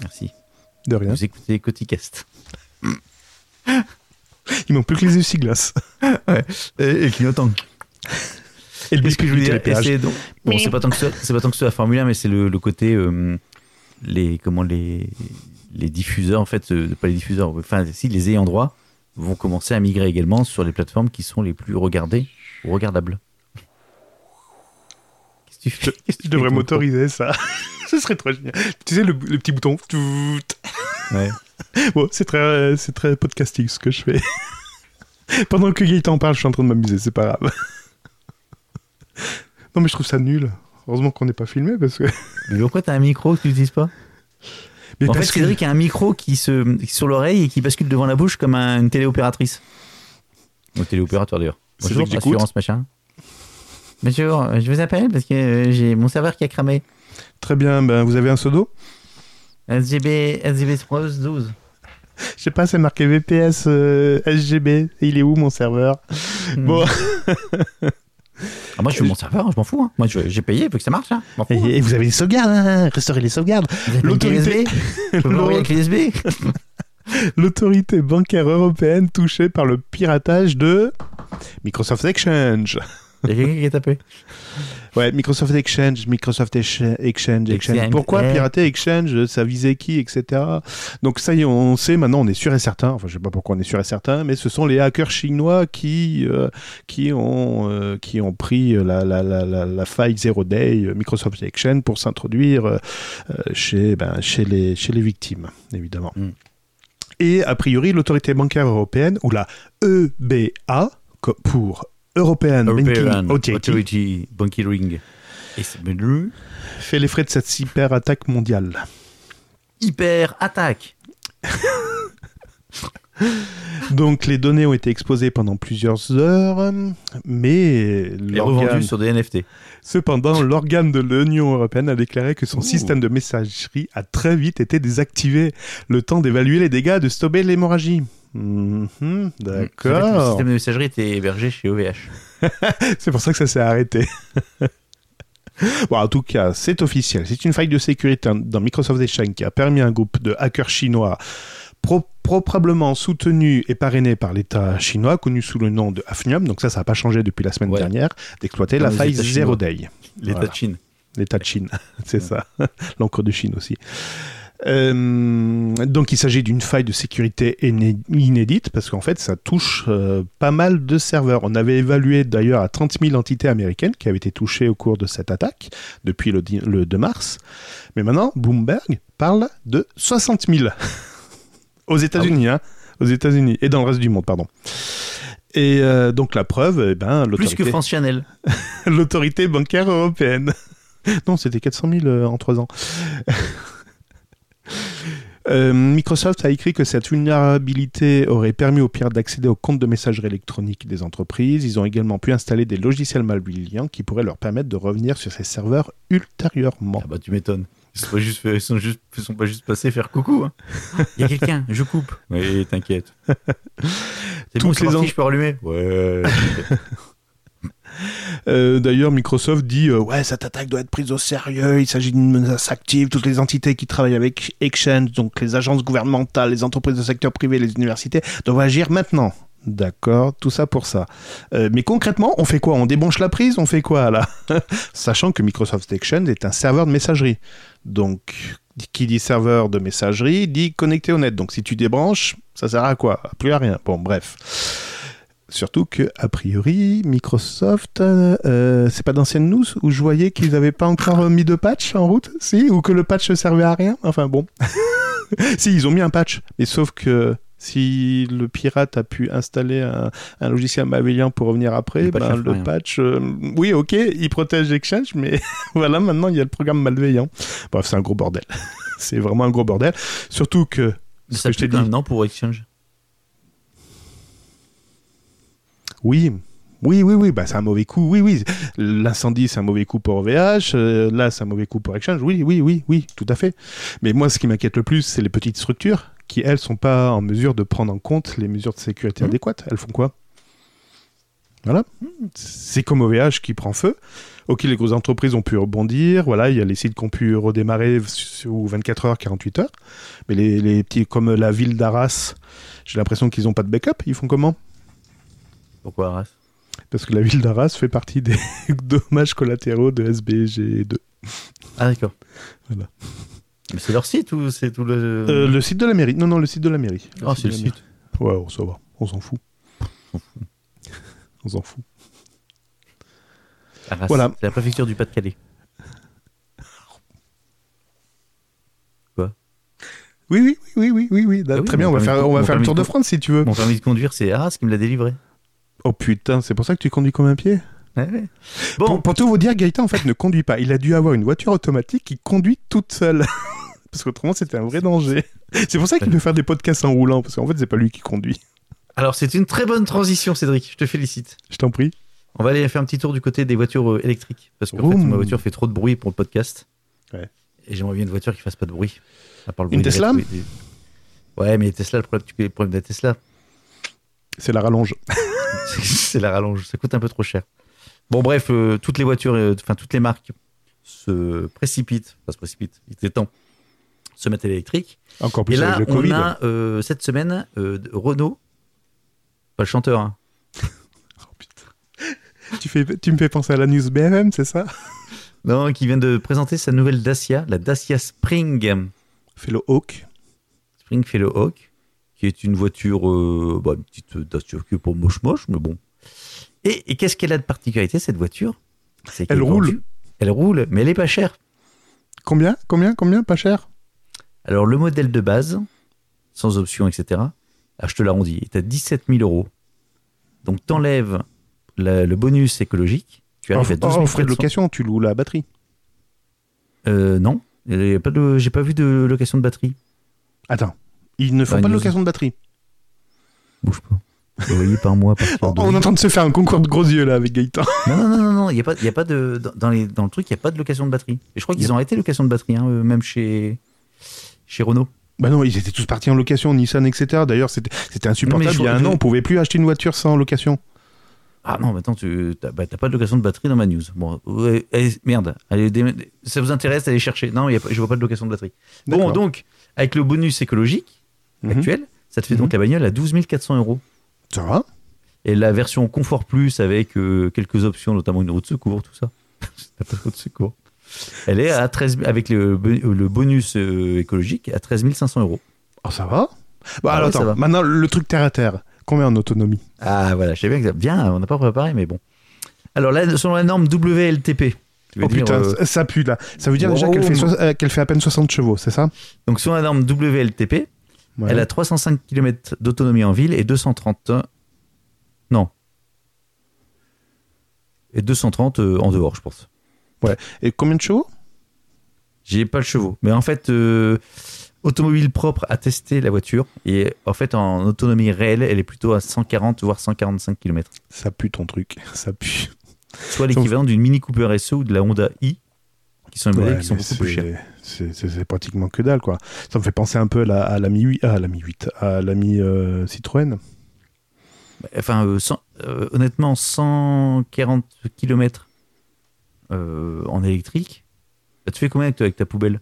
Merci. De rien. Vous écoutez Coticast. Ils m'ont plus que les essuie-glaces. Et, et clignotant. Et le Qu'est-ce que je veux biscuit, dire les péages. Et c'est donc- Bon, c'est pas tant que ça, c'est pas tant que ça la Formule 1, mais c'est le, le côté euh, les comment les les diffuseurs en fait, euh, pas les diffuseurs, enfin si les ayants droit vont commencer à migrer également sur les plateformes qui sont les plus regardées ou regardables. Qu'est-ce que tu fais Qu'est-ce que tu Je fais devrais avec ton m'autoriser ça. [laughs] Ce serait trop génial. Tu sais, le, le petit bouton. Tout. micro Ouais. Bon, c'est très, euh, c'est très podcasting ce que je fais. [laughs] Pendant que Gaëtan parle, je suis en train de m'amuser, c'est pas grave. [laughs] non, mais je trouve ça nul. Heureusement qu'on n'est pas filmé parce que. Mais pourquoi t'as un micro que tu n'utilises pas Mais En fait, parce que- Cédric a un micro qui se qui est sur l'oreille et qui bascule devant la bouche comme un- une téléopératrice. Ou téléopérateur d'ailleurs. Cédric, Bonjour, j'écoute. assurance machin. Bonjour, euh, je vous appelle parce que euh, j'ai mon serveur qui a cramé. Très bien, ben, vous avez un pseudo SGB, SGB 12. Je sais pas, c'est marqué VPS euh, SGB. Et il est où mon serveur Bon. Hmm. Ah, moi, je suis mon serveur, hein, je m'en fous. hein. Moi, je- j'ai payé, il faut que ça marche. Hein. Je m'en fous, [laughs] hein. Et, et vous avez les sauvegardes, hein Restaurez les sauvegardes. Vous avez une l'autorité- clé USB [laughs] Je peux vous envoyer la clé USB L'autorité bancaire européenne touchée par le piratage de Microsoft Exchange. Il y a quelqu'un qui a tapé. Ouais, Microsoft Exchange, Microsoft Eche- Exchange, Exchange. Exchange, Pourquoi ouais. pirater Exchange Ça visait qui, etc. Donc ça y est, on sait maintenant, on est sûr et certain. Enfin, je sais pas pourquoi on est sûr et certain, mais ce sont les hackers chinois qui euh, qui ont euh, qui ont pris la la, la, la, la faille zero day euh, Microsoft Exchange pour s'introduire euh, euh, chez ben, chez les chez les victimes, évidemment. Mm. Et a priori, l'autorité bancaire européenne ou la EBA co- pour European, European Banking Authority, Authority Banking Ring. Et c'est menu. fait les frais de cette cyberattaque mondiale. Hyper attaque. Donc les données ont été exposées pendant plusieurs heures, mais Et l'organe- revendu sur des NFT. cependant l'organe de l'Union européenne a déclaré que son Ouh. système de messagerie a très vite été désactivé, le temps d'évaluer les dégâts, de stopper l'hémorragie. Mhm, Mmh. En fait, le D'accord. système de messagerie était hébergé chez OVH. [laughs] C'est pour ça que ça s'est arrêté. [laughs] Bon, en tout cas, c'est officiel. C'est une faille de sécurité dans Microsoft Exchange qui a permis à un groupe de hackers chinois pro- probablement soutenu et parrainé par l'État chinois, connu sous le nom de Hafnium, donc ça, ça n'a pas changé depuis la semaine Ouais. dernière, d'exploiter Dans la les faille États Zero Day. L'État Voilà. de Chine. L'État de Chine, [laughs] c'est ça. L'encre de Chine aussi. Euh, donc il s'agit d'une faille de sécurité iné- inédite parce qu'en fait ça touche euh, pas mal de serveurs. On avait évalué d'ailleurs à 30 000 entités américaines qui avaient été touchées au cours de cette attaque depuis le, di- le 2 mars. Mais maintenant Bloomberg parle de 60 000 [laughs] aux États-Unis. Ah hein. aux États-Unis et dans le reste du monde, pardon. Et euh, donc la preuve, eh ben, Plus que l'autorité- France Chanel. [laughs] l'autorité bancaire européenne. [laughs] Non, c'était 400 000 euh, en 3 ans. [laughs] Euh, Microsoft a écrit que cette vulnérabilité aurait permis aux pirates d'accéder aux comptes de messagerie électronique des entreprises. Ils ont également pu installer des logiciels malveillants qui pourraient leur permettre de revenir sur ces serveurs ultérieurement. Ah bah tu m'étonnes. Ils sont pas juste, ils sont juste, ils sont pas juste passés faire coucou. hein. Il y a quelqu'un, je coupe. Oui, [laughs] t'inquiète. C'est bon, Toutes c'est les parti, en- je peux allumer. Ouais. Euh, D'ailleurs, Microsoft dit euh, ouais, cette attaque doit être prise au sérieux. Il s'agit d'une menace active. Toutes les entités qui travaillent avec Exchange, donc les agences gouvernementales, les entreprises de secteur privé, les universités, doivent agir maintenant. D'accord, tout ça pour ça. Euh, mais concrètement, on fait quoi On débranche la prise [laughs] On fait quoi là Sachant que Microsoft Exchange est un serveur de messagerie. Donc, qui dit serveur de messagerie dit connecté au net. Donc si tu débranches, ça sert à quoi Plus à rien. Bon, bref. Surtout que, a priori, Microsoft, euh, euh, c'est pas d'ancienne news où je voyais qu'ils n'avaient pas encore mis de patch en route, si Ou que le patch servait à rien Enfin bon. [laughs] si, ils ont mis un patch. Mais sauf que si le pirate a pu installer un, un logiciel malveillant pour revenir après, Le le patch patch, ne fait le rien. patch euh, oui, ok, il protège Exchange, mais [laughs] voilà, maintenant il y a le programme malveillant. Bref, c'est un gros bordel. [laughs] c'est vraiment un gros bordel. Surtout que. ce Ça que je t'ai fait dit. un an pour Exchange. Oui. Oui, oui, oui, bah, c'est un mauvais coup. Oui, oui. L'incendie, c'est un mauvais coup pour VH. euh, là, c'est un mauvais coup pour Exchange. Oui, oui, oui, oui, tout à fait. Mais moi, ce qui m'inquiète le plus, c'est les petites structures qui, elles, sont pas en mesure de prendre en compte les mesures de sécurité Mhm. adéquates. Elles font quoi Voilà. C'est comme OVH qui prend feu. Ok, les grosses entreprises ont pu rebondir. Voilà, il y a les sites qui ont pu redémarrer sous 24 heures, 48 heures. Mais les, les petits, comme la ville d'Arras, j'ai l'impression qu'ils n'ont pas de backup. Ils font comment Pourquoi Arras parce que la ville d'Arras fait partie des [laughs] dommages collatéraux de SBG2. Ah d'accord. Voilà. Mais c'est leur site ou c'est tout le... Euh, le site de la mairie. Non, non, le site de la mairie. Ah c'est de le la site. mairie. Ouais, on s'en va. On s'en fout. [laughs] on s'en fout. Arras. Voilà. Ah, C'est la préfecture du Pas-de-Calais. Oui, oui, oui, oui, oui, oui. Ah oui, Très bien, mon on va faire, permis de- on va mon faire le permis tour de- de France si tu veux. Mon permis de conduire c'est Arras qui me l'a délivré. Oh putain, c'est pour ça que tu conduis comme un pied Ouais, Ah ouais. Bon, Pour, pour tout vous dire, Gaëtan, en fait, ne conduit pas. Il a dû avoir une voiture automatique qui conduit toute seule. [laughs] parce qu'autrement, c'était un vrai danger. C'est pour ça qu'il peut faire des podcasts en roulant, parce qu'en fait, c'est pas lui qui conduit. alors c'est une très bonne transition Cédric, je te félicite. Je t'en prie. On va aller faire un petit tour du côté des voitures euh, électriques parce qu'en fait Vroom. ma voiture fait trop de bruit pour le podcast. Ouais. Et j'aimerais bien une voiture qui fasse pas de bruit. À part le Une bruit des Tesla rêves, oui, des- Ouais mais Tesla le problème, tu connais le problème de la Tesla [laughs] C'est la rallonge. c'est la rallonge, ça coûte un peu trop cher. Bon, bref, euh, toutes les voitures, euh, enfin, toutes les marques se précipitent, enfin, se précipitent, il était temps, se mettent à l'électrique. Encore plus Et là, avec le on Covid. a euh, cette semaine euh, de- Renault, pas le chanteur, hein. Tu, fais, tu me fais penser à la news BFM, c'est ça non, qui vient de présenter sa nouvelle Dacia, la Dacia Spring. Fais le hawk. Spring fait le Hawk, qui est une voiture, euh, bah, une petite euh, Dacia qui est pas moche moche, mais bon. Et, et qu'est-ce qu'elle a de particularité cette voiture C'est qu'elle Elle est roule. vendue- Elle roule, mais elle est pas chère. Combien Combien Combien Pas cher Alors, le modèle de base, sans option, etc., ah, je te l'arrondis, est à 17 000 euros. Donc, t'enlèves la- le bonus écologique, tu arrives à 12 En 000 frais de location, tu loues la batterie. Euh, non, il y a pas de- j'ai pas vu de location de batterie. Attends. Ils ne font Bah, pas de news. location de batterie. Bouge pas. Vous voyez par mois, par Oh, [laughs] par deux. on est en train de se faire un concours de gros yeux là avec Gaëtan. Non, non, non, non, non, il y a pas, il y a pas de dans- dans, les, dans le truc, il y a pas de location de batterie. Et je crois Il qu'ils y ont arrêté la location de batterie, hein, euh, même chez chez Renault. Bah non, ils étaient tous partis en location, Nissan, etc. D'ailleurs, c'était c'était Non, insupportable. mais je- Il y a un je- an, on pouvait plus acheter une voiture sans location. Ah non, maintenant tu t'as bah, t'as pas de location de batterie dans ma news. Bon, ouais, allez, merde, allez, dé- ça vous intéresse, allez chercher. Non, il y a pas- je vois pas de location de batterie. Bon, D'accord. donc avec le bonus écologique Mhm. actuel, ça te fait donc la bagnole à 12 400 euros. Ça va Et la version confort plus avec euh, quelques options, notamment une roue de secours, tout ça. [laughs] T'as pas de roue de secours. Elle est à 13 000 avec le, bo- le bonus euh, écologique à 13 500 euros. Oh, ça va Bah Ah alors ouais, ça attends, va. maintenant le truc terre à terre. Combien en autonomie Ah voilà, je sais bien que ça... Bien, on n'a pas préparé, mais bon. Alors là, selon la norme WLTP. tu veux Oh dire, putain, euh, ça- ça pue là. Ça veut dire déjà wow. qu'elle fait, so- euh, qu'elle fait à peine 60 chevaux, c'est ça donc selon la norme WLTP, Ouais. elle a 305 km d'autonomie en ville et 230... euh, Non. Et 230 euh, en dehors, je pense. Et combien de chevaux J'ai pas le chevaux. Mais en fait, euh, automobile propre à tester la voiture. Et en fait, en autonomie réelle, elle est plutôt à 140 voire 145 km. Ça pue ton truc, ça pue. Soit l'équivalent d'une Mini Cooper SE ou de la Honda i, qui sont des modèles Ouais, qui sont mais beaucoup plus c'est- chers. C'est c'est- c'est pratiquement que dalle, quoi. Ça me fait penser un peu à la, à la Mi 8, à la Mi 8, à la Mi, euh, Citroën. [laughs] Enfin, euh, cent- euh, honnêtement, 140 km euh, en électrique, bah, tu fais combien avec toi, avec ta poubelle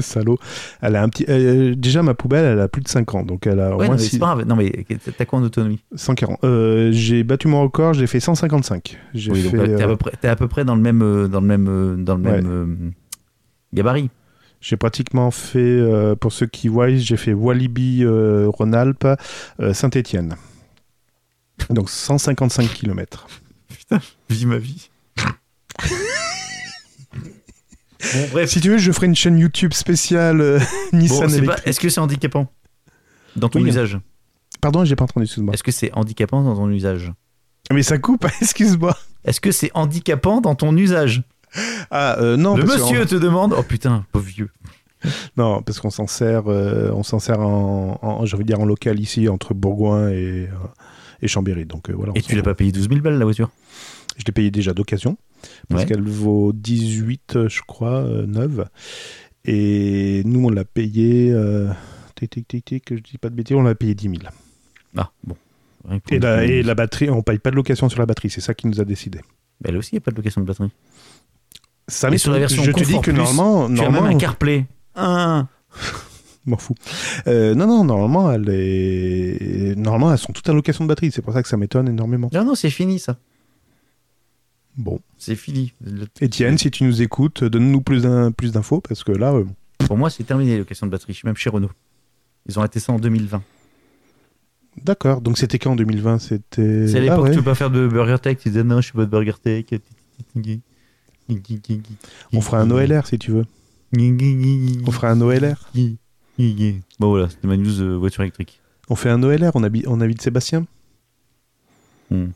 Salaud. Elle a un petit. euh, déjà, ma poubelle, elle a plus de 5 ans, donc elle a au Ouais, non, moins mais six- c'est pas grave. Non, mais t'as quoi en autonomie 140. Euh, j'ai battu mon record, j'ai fait 155. J'ai Oui, donc, fait. T'es à, euh, peu près- t'es à peu près dans le même, euh, dans le même, euh, dans le Ouais. même euh, gabarit. J'ai pratiquement fait, euh, pour ceux qui voient, j'ai fait Walibi, euh, Rhône-Alpes, euh, Saint-Étienne. Donc 155 [laughs] km. Vis ma vie. bon, bref. Si tu veux, je ferai une chaîne YouTube spéciale euh, [laughs] Bon, Nissan c'est pas- électrique. Est-ce que c'est handicapant dans ton Oui. usage Pardon, j'ai pas entendu, excuse-moi. Est-ce que c'est handicapant dans ton usage Mais ça coupe, [laughs] excuse-moi. Est-ce que c'est handicapant dans ton usage Ah, euh, non, Le parce qu'on- monsieur te demande. Oh putain, pauvre vieux. Non, parce qu'on s'en sert, euh, on s'en sert en, en- je veux dire en local ici entre Bourgoin et, euh, et Chambéry. Donc euh, voilà. on Et s'en tu l'as fout. pas payé 12 000 balles la voiture Je l'ai payé déjà d'occasion parce Ouais. qu'elle vaut 18, euh, je crois, euh, neuve. Et nous, on l'a payé. Euh, tic tic tic tic, que je dis pas de bêtises, on l'a payé 10 000. Ah, bon. Rien que Et la, pour- et la batterie, on paye pas de location sur la batterie. C'est ça qui nous a décidé. Elle aussi, il n'y a pas de location de batterie. Ça Mais sur la m'étonne. version je te dis confort que plus, normalement, Tu as normalement, même un CarPlay. Un. m'en fous. Euh, non, non, normalement, elles, est... normalement, elles sont toutes à location de batterie. C'est pour ça que ça m'étonne énormément. Non, non, c'est fini ça. Bon. C'est fini. Le- Étienne, si tu nous écoutes, donne-nous plus, d'in- plus d'infos parce que là, euh, Pour moi, c'est terminé les locations de batterie. Je suis même chez Renault. Ils ont arrêté ça en 2020. d'accord. Donc c'était quand en 2020 C'était. C'est à Ah l'époque, ouais. tu peux pas faire de Burger Tech. Tu disais non, je suis pas de Burger Tech. On fera un OLR si tu veux. On fera un OLR. Bon voilà, c'était ma news euh, voiture électrique. On fait un OLR. On habite, on habite Sébastien. Hmm.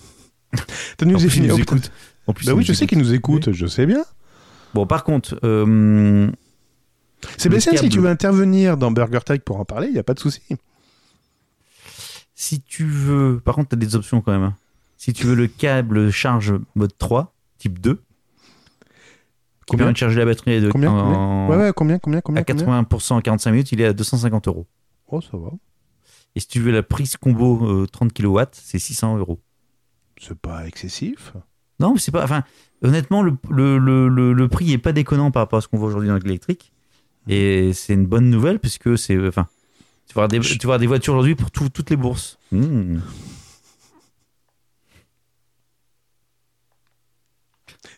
[laughs] T'as nous En plus, fini. ils nous Oh, putain. écoutent. En plus, Bah ils oui, nous je sais écoutent. qu'il nous écoute. Je sais bien. Bon, par contre, euh, Sébastien, si câble. tu veux intervenir dans Burger Tech pour en parler, il n'y a pas de souci. si tu veux, par contre, tu as des options quand même. hein. Si tu veux le câble charge mode 3, type 2, qui Combien permet de charger la batterie de, Combien en- Ouais, ouais, combien, combien, combien à 80% en 45 minutes, il est à 250 euros. combien Oh, ça va. Et si tu veux la prise combo euh, 30 kW, c'est 600 euros. C'est pas excessif. Non, mais c'est pas. Enfin, honnêtement, le, le, le- le- le prix est pas déconnant par rapport à ce qu'on voit aujourd'hui dans l'électrique. Et c'est une bonne nouvelle puisque c'est. euh, Enfin, tu vas avoir des, tu vas avoir des voitures aujourd'hui pour tout- toutes les bourses. Hmm.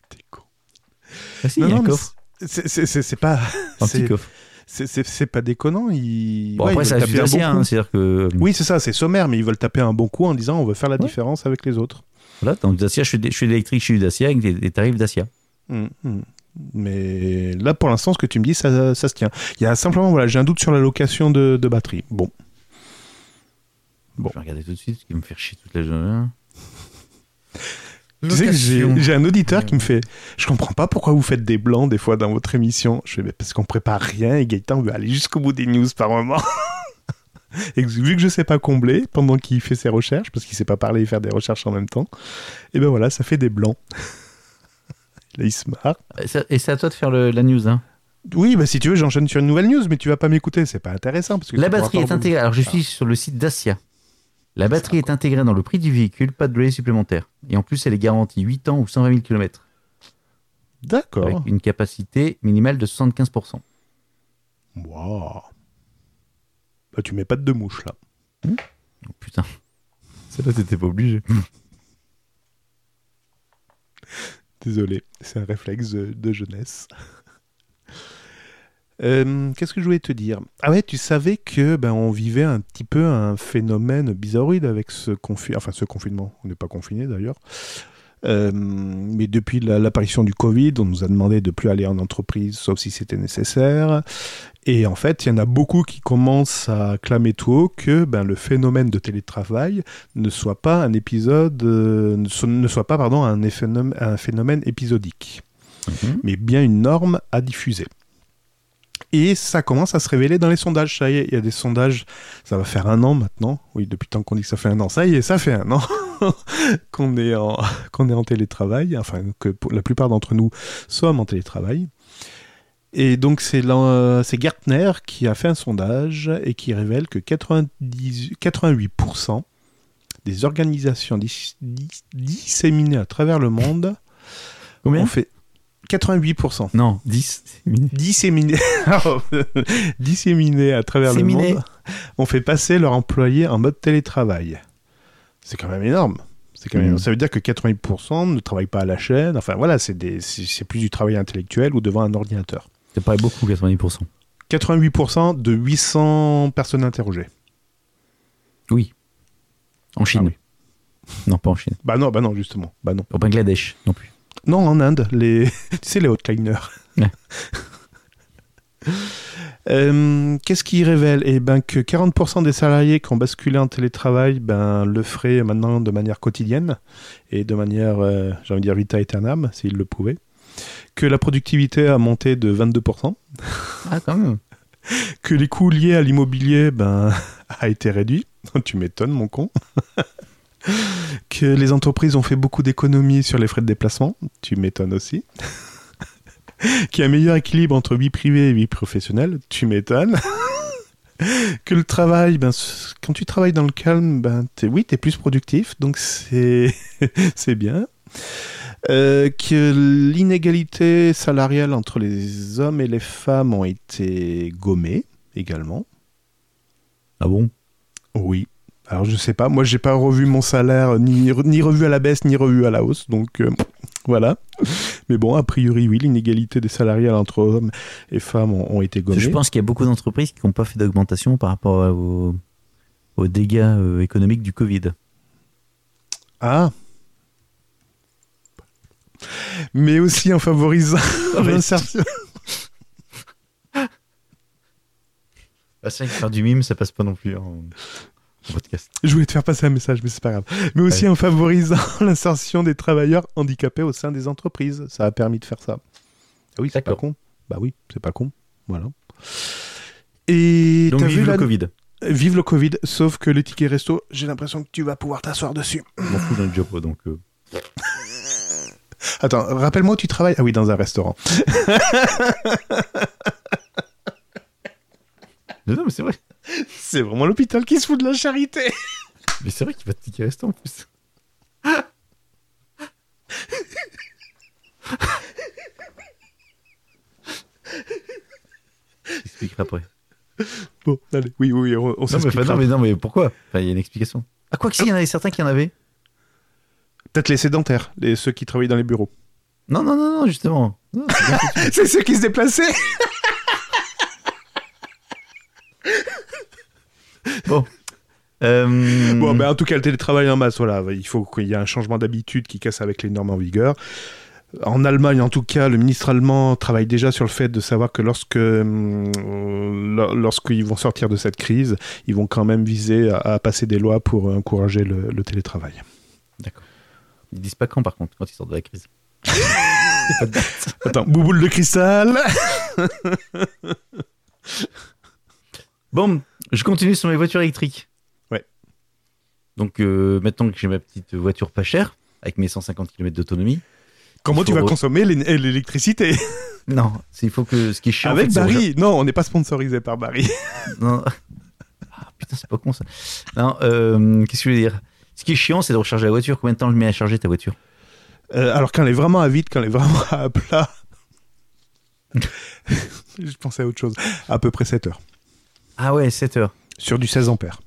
T'es con. Ah si, il y a un coffre. c'est c'est- c'est- c'est pas, [laughs] Un c'est- petit coffre. c'est- c'est- c'est pas déconnant. Il... Bon, ouais, après, ils ça veulent a taper un bon assez. coup. Hein, C'est-à-dire que. Oui, c'est ça, c'est sommaire, mais ils veulent taper un bon coup en disant on veut faire la Ouais. différence avec les autres. Voilà, dans Dacia, je suis, je suis électrique, je suis Dacia avec des, des tarifs Dacia. Mm, mm. Mais là, pour l'instant, ce que tu me dis, ça, ça se tient. Il y a simplement, voilà, j'ai un doute sur la location de, de batterie. Bon, Bon. Je vais regarder tout de suite, ce qui va me faire chier toute la journée. tu sais que j'ai- j'ai un auditeur Ouais. qui me fait Je comprends pas pourquoi vous faites des blancs des fois dans votre émission. Je fais Mais Parce qu'on prépare rien et Gaëtan veut aller jusqu'au bout des news par moment. [laughs] et que- vu que je sais pas combler pendant qu'il fait ses recherches, parce qu'il sait pas parler et faire des recherches en même temps, et ben voilà, ça fait des blancs. [laughs] là, il se marre. Et ça- Et c'est à toi de faire le- la news. Hein. Oui, bah si tu veux, j'enchaîne sur une nouvelle news, mais tu vas pas m'écouter, c'est pas intéressant. Parce que La tu pourras batterie pas est intégrée. Alors, je suis sur le site Dacia. La batterie est intégrée dans le prix du véhicule, pas de loyer supplémentaire. Et en plus, elle est garantie 8 ans ou 120 000 km, avec D'accord. une capacité minimale de 75%. Wow. Bah, tu mets pas de deux mouches là. Oh, putain. Celle-là, t'étais pas obligé. [laughs] Désolé, c'est un réflexe de, de jeunesse. [laughs] Euh, Qu'est-ce que je voulais te dire Ah ouais, tu savais que ben on vivait un petit peu un phénomène bizarroïde avec ce confi- enfin ce confinement. On n'est pas confiné d'ailleurs. Euh, mais depuis la- l'apparition du Covid, on nous a demandé de plus aller en entreprise, sauf si c'était nécessaire. Et en fait, il y en a beaucoup qui commencent à clamer tout haut que ben, le phénomène de télétravail ne soit pas un épisode, euh, ne so- ne soit pas pardon un éphénom- un phénomène épisodique mais bien une norme à diffuser. Et ça commence à se révéler dans les sondages. Ça y est, il y a des sondages. Ça va faire un an maintenant. Oui, depuis le temps qu'on dit que ça fait un an. Ça y est, ça fait un an [laughs] qu'on est, en- qu'on est en télétravail. Enfin, que pour la plupart d'entre nous sommes en télétravail. Et donc, c'est l'en- euh, c'est Gartner qui a fait un sondage et qui révèle que 98 88% des organisations dis- dis- disséminées à travers le monde Combien ont fait 88%. Non, 10. [laughs] Disséminés disséminés à travers Séminés. le monde, on fait passer leurs employés en mode télétravail. C'est quand même énorme. C'est quand même... Mhm. Ça veut dire que 80% ne travaillent pas à la chaîne. Enfin voilà, c'est des... c'est c'est plus du travail intellectuel ou devant un ordinateur. C'est pas beaucoup, 90%. 88% de 800 personnes interrogées. Oui. En Chine. Ah Non, pas en Chine. Bah non, bah non, justement. Bah non. Au Bangladesh, non plus. Non, en Inde, les... [laughs] tu sais, les hotliners. Ouais. [laughs] Euh, Qu'est-ce qui révèle Eh ben que 40% des salariés qui ont basculé en télétravail ben, le feraient maintenant de manière quotidienne et de manière, euh, j'ai envie de dire, vita aeternam, s'ils le pouvaient. Que la productivité a monté de 22%. Ah, quand même. Que les coûts liés à l'immobilier ben, [laughs] a été réduit. [laughs] Tu m'étonnes, mon con. [laughs] que les entreprises ont fait beaucoup d'économies sur les frais de déplacement. Tu m'étonnes aussi. [laughs] Qu'il y a un meilleur équilibre entre vie privée et vie professionnelle. Tu m'étonnes. [laughs] que le travail, ben, c- quand tu travailles dans le calme, ben, t'es, oui, tu es plus productif, donc c'est, [laughs] c'est bien. Euh, que l'inégalité salariale entre les hommes et les femmes ont été gommées également. Ah bon Oui. Alors je sais pas, moi j'ai pas revu mon salaire euh, ni, ni revu à la baisse ni revu à la hausse, donc euh, [laughs] voilà. Mais bon, a priori oui, l'inégalité des salariés entre hommes et femmes ont, ont été gommées. Je pense qu'il y a beaucoup d'entreprises qui n'ont pas fait d'augmentation par rapport à- aux, aux dégâts euh, économiques du Covid. Ah. Mais aussi en favorisant l'insertion. Ah, c'est vrai que faire du mime, ça passe pas non plus en, en podcast. Je voulais te faire passer un message, mais c'est pas grave. Mais aussi en favorisant [laughs] l'insertion des travailleurs handicapés au sein des entreprises. Ça a permis de faire ça. Ah oui, c'est pas D'accord. con. Bah oui, c'est pas con. Voilà. Et Donc, t'as vive vu le la- Covid. Vive le Covid, sauf que les tickets resto, j'ai l'impression que tu vas pouvoir t'asseoir dessus. Je m'en fous d'un job, donc. euh, Attends, rappelle-moi où tu travailles. Ah oui, dans un restaurant. Non, non, mais c'est vrai. C'est vraiment l'hôpital qui se fout de la charité. Mais c'est vrai qu'il va te ticket restant en plus. J'expliquerai après. Bon, allez, oui, oui, oui, on, on Non mais, enfin, s'expliquera. non, mais, non, mais pourquoi Enfin, Il y a une explication. Ah, quoi que si, il y en avait certains qui en avaient. Peut-être les sédentaires, les, ceux qui travaillent dans les bureaux. Non, non, non, non, justement. Non, c'est bien. [laughs] C'est ceux qui se déplaçaient. Euh, Bon, ben, en tout cas, le télétravail en masse, voilà, il faut qu'il y ait un changement d'habitude qui casse avec les normes en vigueur. En Allemagne, en tout cas, le ministre allemand travaille déjà sur le fait de savoir que lorsque hum, lo- lorsqu'ils vont sortir de cette crise, ils vont quand même viser à, à passer des lois pour encourager le, le télétravail. Ils disent pas quand par contre, quand ils sortent de la crise. Attends, bouboule de [laughs] cristal Bon, je continue sur mes voitures électriques. Ouais. Donc euh, maintenant que j'ai ma petite voiture pas chère, avec mes 150 km d'autonomie, Comment Il tu faut vas re- consommer l'é- euh, l'électricité non, c'est- il faut que ce qui est chiant. en Avec fait, c'est au- Barry Non, on n'est pas sponsorisé par Barry. Non. [laughs] Ah, putain, c'est pas con ça. Non, euh, qu'est-ce que je veux dire Ce qui est chiant, c'est de recharger la voiture. Combien de temps je mets à charger ta voiture Euh, alors quand elle est vraiment à vide, quand elle est vraiment [laughs] à plat. Je pensais à autre chose. À peu près 7 heures. Ah ouais, 7 heures. Sur du 16 ampères.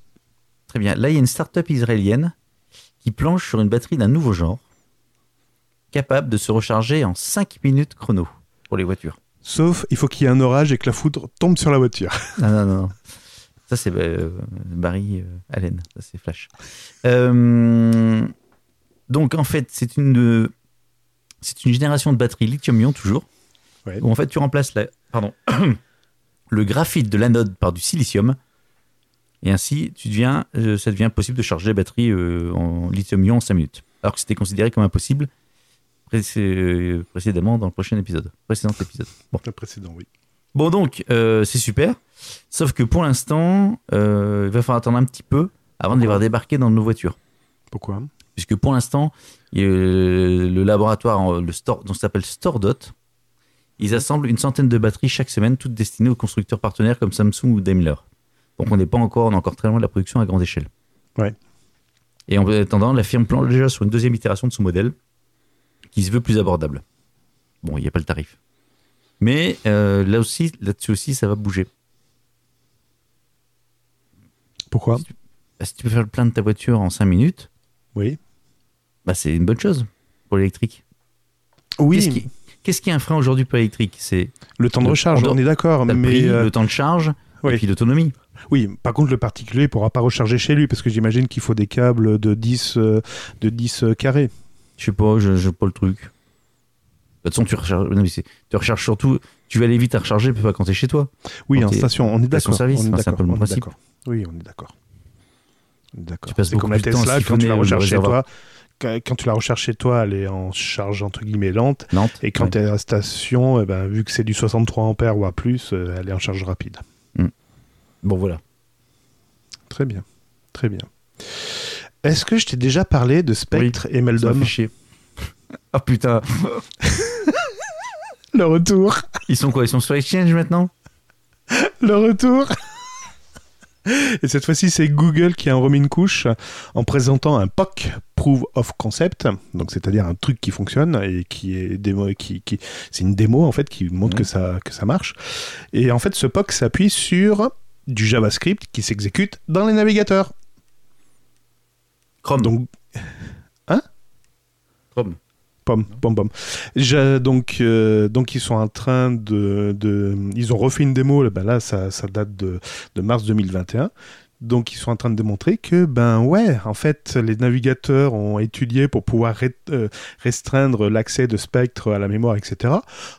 Très bien. Là, il y a une start-up israélienne qui planche sur une batterie d'un nouveau genre, capable de se recharger en 5 minutes chrono pour les voitures. Sauf, il faut qu'il y ait un orage et que la foudre tombe sur la [laughs] voiture. Non, non, non. non. Ça, c'est euh, Barry euh, Allen. Ça, c'est Flash. Euh, donc, en fait, c'est une, euh, c'est une génération de batteries lithium-ion, toujours. Ouais. Où, en fait, tu remplaces la, pardon, [coughs] le graphite de l'anode par du silicium. Et ainsi, tu deviens, euh, ça devient possible de charger les batteries euh, en lithium-ion en 5 minutes. Alors que c'était considéré comme impossible pré- euh, précédemment dans le prochain épisode. Précédent épisode. Bon. Le précédent, oui. Bon, donc, euh, c'est super. Sauf que pour l'instant, euh, il va falloir attendre un petit peu avant de les voir débarquer dans nos voitures. Pourquoi Puisque pour l'instant, il y a, euh, le laboratoire, euh, le store, donc ça s'appelle StoreDot, ils assemblent une centaine de batteries chaque semaine, toutes destinées aux constructeurs partenaires comme Samsung ou Daimler. Donc on n'est pas encore, on est encore très loin de la production à grande échelle. Ouais. Et en attendant, la firme plante déjà sur une deuxième itération de son modèle, qui se veut plus abordable. Bon, il n'y a pas le tarif. Mais euh, là aussi, là-dessus aussi, ça va bouger. Pourquoi Bah, si tu peux faire le plein de ta voiture en 5 minutes, Oui. bah, c'est une bonne chose pour l'électrique. Oui. Qu'est-ce qui, Qu'est-ce qui est un frein aujourd'hui pour l'électrique C'est Le temps de Le recharge, temps de- on est d'accord, le mais prix, euh, le temps de charge oui. et puis l'autonomie. oui, par contre le particulier ne pourra pas recharger chez lui parce que j'imagine qu'il faut des câbles de 10 euh, de 10 euh, carrés. Je sais pas, je je sais pas le truc. De toute façon, tu recharges, non, mais c'est- tu recharges surtout. Tu vas aller vite à recharger, mais pas quand t'es chez toi. Oui, Quand en t'es- station, on est station d'accord. service, on est enfin, c'est d'accord, un peu le on est principe. d'accord. Oui, on est d'accord. On est D'accord. Tu passes C'est comme beaucoup la de temps à Tesla, quand siphonner tu la le recherches chez réservoir. toi, quand quand tu la recherches chez toi, elle est en charge entre guillemets lente. Nantes. Et quand ouais. tu es à la station, eh ben, vu que c'est du 63 ampères ou à plus, euh, elle est en charge rapide. Bon, voilà. Très bien. Très bien. Est-ce que je t'ai déjà parlé de Spectre et Ça Meldom m'a fait chier. [laughs] Ah putain, Le retour ils sont quoi Ils sont sur Exchange maintenant Le retour [laughs] Et cette fois-ci, c'est Google qui a en remis une couche en présentant un POC, Proof of Concept, donc c'est-à-dire un truc qui fonctionne et qui est démo, qui, qui- c'est une démo en fait qui montre Mhm. que ça que ça marche. Et en fait, ce POC s'appuie sur du JavaScript qui s'exécute dans les navigateurs. Chrome. Donc Chrome. Pom, pom, pom. Je- donc, euh, donc, ils sont en train de, de- Ils ont refait une démo, là, ben là ça, ça date de, de mars 2021. Donc, ils sont en train de démontrer que, ben ouais, en fait, les navigateurs ont étudié pour pouvoir re- euh, restreindre l'accès de Spectre à la mémoire, etc.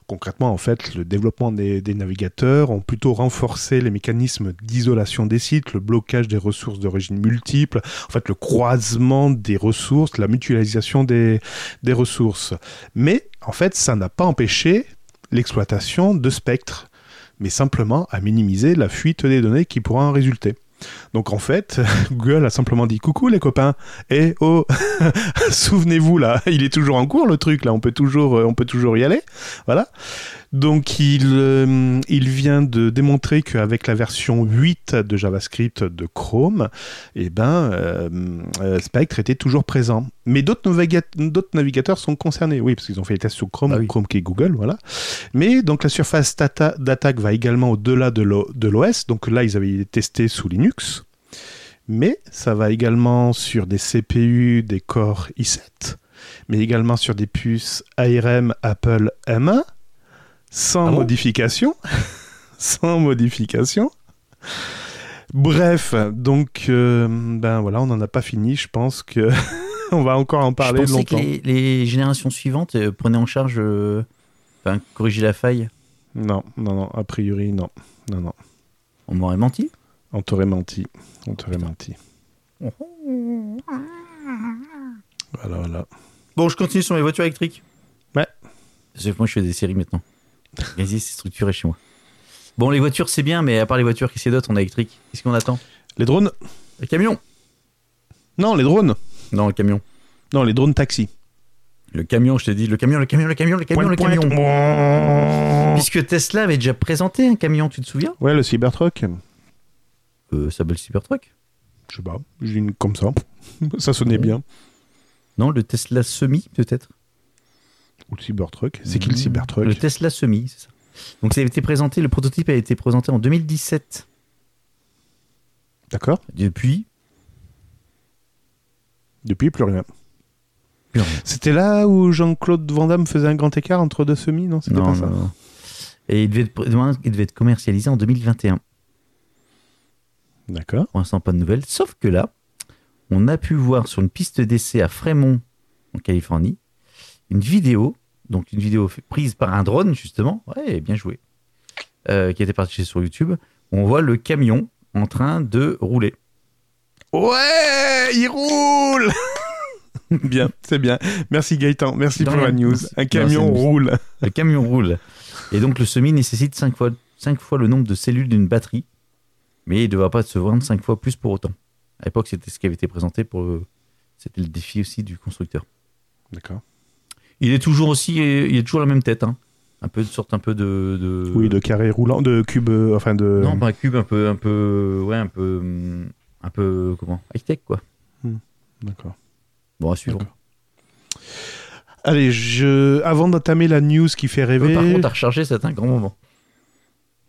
Concrètement, en fait, le développement des, des navigateurs ont plutôt renforcé les mécanismes d'isolation des sites, le blocage des ressources d'origine multiple, en fait, le croisement des ressources, la mutualisation des, des ressources. Mais en fait, ça n'a pas empêché l'exploitation de Spectre, mais simplement à minimiser la fuite des données qui pourra en résulter. Donc en fait, [laughs] Google a simplement dit coucou les copains et oh [laughs] souvenez-vous là, il est toujours en cours le truc là, on peut toujours euh, on peut toujours y aller, voilà. Donc il euh, il vient de démontrer qu'avec la version 8 de JavaScript de Chrome, eh ben, euh, euh, Spectre était toujours présent. Mais d'autres naviga- d'autres navigateurs sont concernés, oui, parce qu'ils ont fait les tests sur Chrome, Bah oui. Chrome qui est Google, voilà. Mais donc la surface data- d'attaque va également au-delà de l'O- de l'OS, donc là ils avaient testé sous Linux, mais ça va également sur des CPU, des cores i7, mais également sur des puces ARM Apple M1, sans Ah bon modification, [laughs] sans modification. Bref, donc euh, ben voilà, on n'en a pas fini. Je pense que [laughs] on va encore en parler Je pensais que longtemps. les, les générations suivantes euh, prenaient en charge, euh, enfin, corriger la faille. Non, non, non. A priori, non, non, non. On m'aurait menti. On t'aurait menti. On t'aurait menti. Voilà, voilà. Bon, je continue sur mes voitures électriques. Ouais. Sauf que moi, je fais des séries maintenant. Vas-y, c'est structuré chez moi. Bon, les voitures, c'est bien, mais à part les voitures, qu'est-ce qu'il y a d'autre en électrique Qu'est-ce qu'on attend Les drones Le camion Non, les drones. Non, le camion. Non, les drones taxi. Le camion, je t'ai dit, le camion, le camion, le camion, le camion, le Pointe, camion. pointe. Puisque Tesla avait déjà présenté un camion, tu te souviens Ouais, le Cybertruck. euh, Ça s'appelle Cybertruck Je sais pas. J'ai une comme ça. [laughs] Ça sonnait bien. Non, le Tesla Semi, peut-être Ou le Cybertruck. C'est qui le Cybertruck Mmh. Le Tesla Semi, c'est ça. Donc, ça a été présenté, le prototype a été présenté en 2017. D'accord. Depuis, Depuis, plus rien. plus rien. C'était là où Jean-Claude Van Damme faisait un grand écart entre deux semis, non C'était Non, pas non, ça. non. Et il devait, être, il devait être commercialisé en 2021. D'accord. Pour l'instant, pas de nouvelles. Sauf que là, on a pu voir sur une piste d'essai à Fremont, en Californie, une vidéo, donc une vidéo f- prise par un drone, justement, ouais, bien joué, euh, qui était partagée sur YouTube. On voit le camion en train de rouler. Ouais, il roule [laughs] Bien, c'est bien. Merci Gaëtan, merci De pour rien. la news. Merci. Un Non, camion c'est une- roule. Le camion [laughs] roule. Et donc, le semi nécessite 5 fois, cinq fois le nombre de cellules d'une batterie, mais il ne devra pas se vendre 5 fois plus pour autant. À l'époque, c'était ce qui avait été présenté pour. le- C'était le défi aussi du constructeur. D'accord. Il est toujours aussi, il est toujours la même tête, hein. Un peu de sorte, un peu de, de- Oui, de carré roulant, de cube, euh, enfin de... non, pas un cube, un peu, un peu, ouais, un peu, hum, un peu comment, high tech quoi. D'accord. Bon, à suivre. Allez, je... avant d'entamer la news qui fait Euh, rêver... Par contre, à recharger, c'est un grand moment.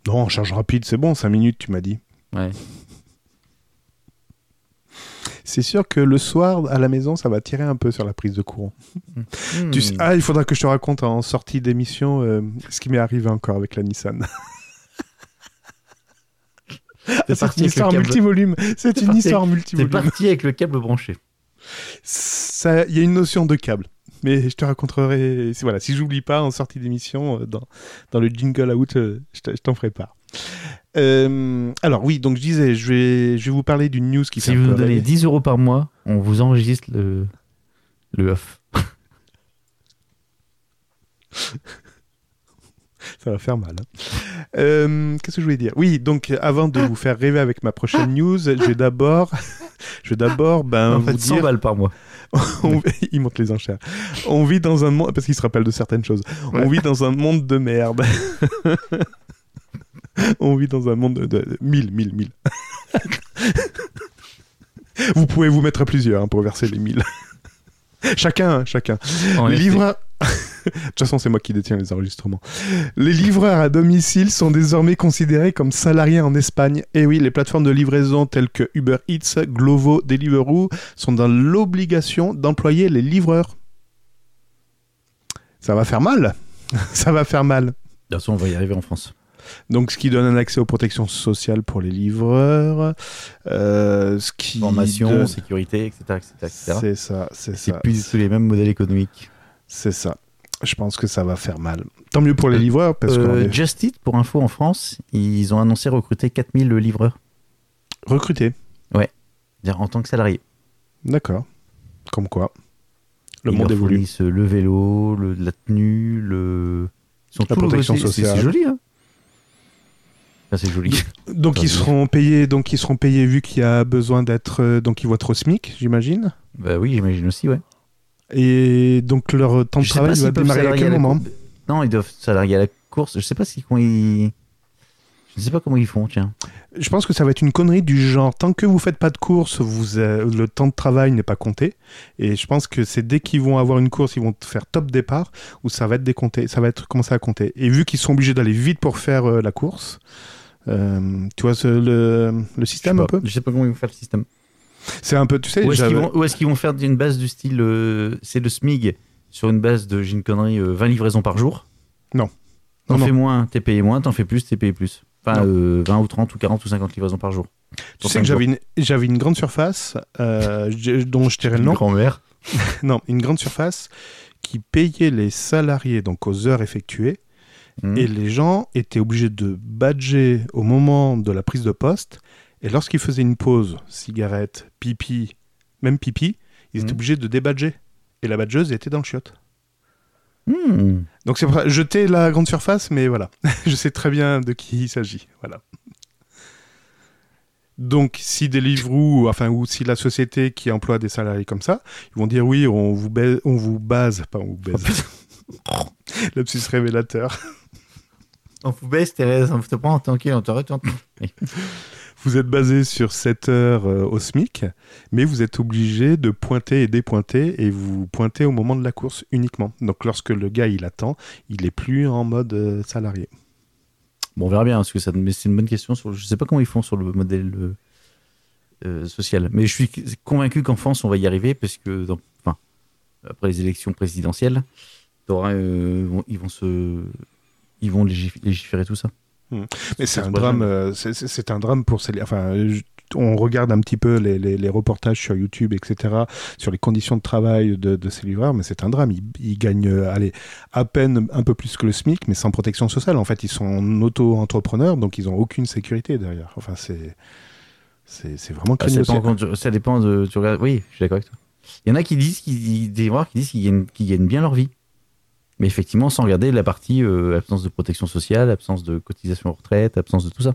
Non, en charge rapide, c'est bon, 5 minutes, tu m'as dit. Ouais. C'est sûr que le soir à la maison, ça va tirer un peu sur la prise de courant. Hmm. Tu sais- ah, il faudra que je te raconte en sortie d'émission euh, ce qui m'est arrivé encore avec la Nissan. [laughs] T'es C'est une parti avec le histoire câble. multivolume. C'est T'es une parti- histoire T'es multivolume. parti avec le câble branché. Ça- Il y a une notion de câble. Mais je te raconterai, si, voilà, si j'oublie pas en sortie d'émission, euh, dans, dans le jingle out, euh, je te- je t'en ferai part. Euh, alors oui, donc je disais, je vais, je vais vous parler d'une news qui Si fait un vous peu nous donnez rêver. 10 euros par mois, on vous enregistre le, le off. Ça va faire mal. hein. Euh, Qu'est-ce que je voulais dire Oui, donc euh, avant de vous faire rêver avec ma prochaine news, je vais d'abord, [laughs] je vais d'abord, ben, en vous fait, 100 dire, balles par mois. on- [laughs] il monte les enchères. On vit dans un monde parce qu'il se rappelle de certaines choses. On Ouais. vit dans un monde de merde. [laughs] on vit dans un monde de, de- de- mille, mille, mille. [laughs] vous pouvez vous mettre à plusieurs hein, pour verser les mille. [laughs] chacun, hein, chacun. En Les effet. livreurs. [laughs] de toute façon, c'est moi qui détiens les enregistrements. Les livreurs à domicile sont désormais considérés comme salariés en Espagne. Et oui, les plateformes de livraison telles que Uber Eats, Glovo, Deliveroo sont dans l'obligation d'employer les livreurs. Ça va faire mal. [laughs] Ça va faire mal. De toute façon, on va y arriver en France. Donc, ce qui donne un accès aux protections sociales pour les livreurs. euh, ce qui Formation, donne- sécurité, etc. etc., etc. C'est ça, c'est ça. C'est plus du tout les mêmes modèles économiques. C'est ça. Je pense que ça va faire mal. Tant mieux pour les livreurs, parce qu'on Euh, est Just Eat, pour info, en France, ils ont annoncé recruter 4000 livreurs recruté. c'est-à-dire en tant que salariés. D'accord. Comme quoi. Le Ils monde leur évolue. fournissent euh, le vélo, le, la tenue, le... Ils sont La tous protection logotés. C'est- sociale. C'est joli, hein Enfin, C'est [laughs] joli. Donc Ça ils dit. seront payés, donc ils seront payés vu qu'il y a besoin d'être, euh, donc ils vont être au SMIC, j'imagine. bah oui, j'imagine aussi, ouais. Et donc leur temps de Je sais travail va pas s'ils peuvent démarrer à salarier quel la moment course. Non, ils doivent salarier à la course. Je sais pas si quand ils... Je ne sais pas comment ils font, tiens. Je pense que ça va être une connerie du genre tant que vous faites pas de course, vous euh, le temps de travail n'est pas compté. Et je pense que c'est dès qu'ils vont avoir une course, ils vont faire top départ où ça va être décompté, ça va être commencé à compter. Et vu qu'ils sont obligés d'aller vite pour faire euh, la course, euh, tu vois ce- le, le système je un sais pas. peu Je sais pas comment ils vont faire le système. C'est un peu, tu sais, Ou est-ce j'avais- qu'ils vont, ou est-ce qu'ils vont faire une base du style euh, c'est le SMIG sur une base de j'ai une connerie euh, 20 livraisons par jour Non. T'en Non, fais moins, t'es payé moins, t'en fais plus, t'es payé plus. Enfin, euh, 20 ou 30 ou 40 ou 50 livraisons par jour. Tu sais que j'avais une, j'avais une grande surface euh, je- dont je tairai le une nom. grand-mère. Non, une grande surface qui payait les salariés donc aux heures effectuées Hmm. et les gens étaient obligés de badger au moment de la prise de poste et lorsqu'ils faisaient une pause, cigarette, pipi, même pipi, ils étaient Mhm. obligés de débadger et la badgeuse était dans le chiotte. Hmm. Donc c'est pour ça, jeter la grande surface, mais voilà, [laughs] je sais très bien de qui il s'agit, voilà. Donc si Deliveroo, enfin ou si la société qui emploie des salariés comme ça, ils vont dire oui, on vous baise, on vous base, pas on vous baise. [laughs] Lapsus révélateur. On vous baisse, Thérèse, on te prend en tanké, on te retourne. Vous êtes basé sur 7 heures euh, au SMIC, mais vous êtes obligé de pointer et dépointer et vous pointez au moment de la course uniquement. Donc lorsque le gars il attend, il est plus en mode euh, salarié. Bon, on verra bien, parce que ça, mais c'est une bonne question. Sur, le- je sais pas comment ils font sur le modèle euh, euh, social, mais je suis convaincu qu'en France, on va y arriver, parce que dans- enfin, après les élections présidentielles, t'auras, euh, vont- ils vont se, ils vont légif- légiférer tout ça. Mais c'est Ça un se voit drame. jamais. euh, c'est- C'est c'est un drame pour ces. Enfin, je- on regarde un petit peu les, les- les reportages sur YouTube, etc., sur les conditions de travail de, de ces livreurs, mais c'est un drame. Ils, ils gagnent, euh, allez, à peine un peu plus que le SMIC, mais sans protection sociale. En fait, ils sont en auto-entrepreneurs, donc ils ont aucune sécurité derrière. Enfin, c'est c'est c'est vraiment Ah, ça, craignos. dépend quand tu- ça dépend de. Tu regardes, oui, je suis d'accord avec toi. Il y en a qui disent, qu'ils- des noirs qui disent qu'ils gagnent, qu'ils gagnent bien leur vie. Mais effectivement, sans regarder la partie euh, absence de protection sociale, absence de cotisation retraite, absence de tout ça.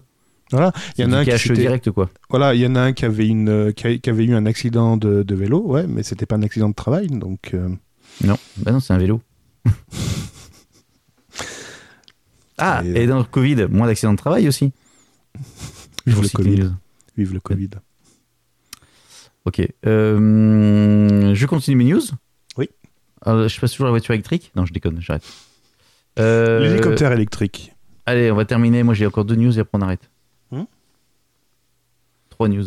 Voilà, il y en C'est a un du qui cash s'était- direct, quoi. Voilà, il y en a un qui avait une euh, qui, a- qui avait eu un accident de, de vélo, ouais, mais c'était pas un accident de travail, donc. euh, Non, bah non, c'est [laughs] un vélo. ah, Et- et dans le Covid, moins d'accidents de travail aussi. Vive Pour le citer Covid. une news. vive le Covid. Ok. euh, je continue mes news. Oui. Alors, je passe toujours à la voiture électrique. Non, je déconne, j'arrête. Euh, L'hélicoptère électrique. Allez, on va terminer. Moi, j'ai encore deux news et après on arrête. Hmm Trois news.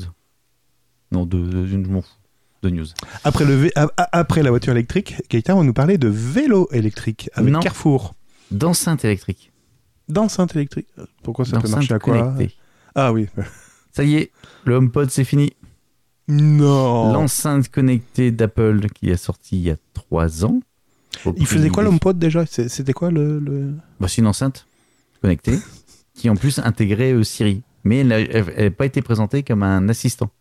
Non, de, de, je m'en fous. De news. Après, le vé- a- a- après la voiture électrique, Gaëtan va nous parler de vélo électrique avec Non. Carrefour. D'enceinte électrique. D'enceinte électrique. Pourquoi ça peut D'enceinte marcher à quoi connectée. Ah oui. Ça y est, le HomePod, c'est fini. Oh. Non. L'enceinte connectée d'Apple qui est sortie il y a 3 ans. Au Il faisait prix quoi des- l'HomePod déjà C'est- C'était quoi le, le- Bah, C'est une enceinte [laughs] connectée qui en plus intégrait euh, Siri. Mais elle n'a pas été présentée comme un assistant.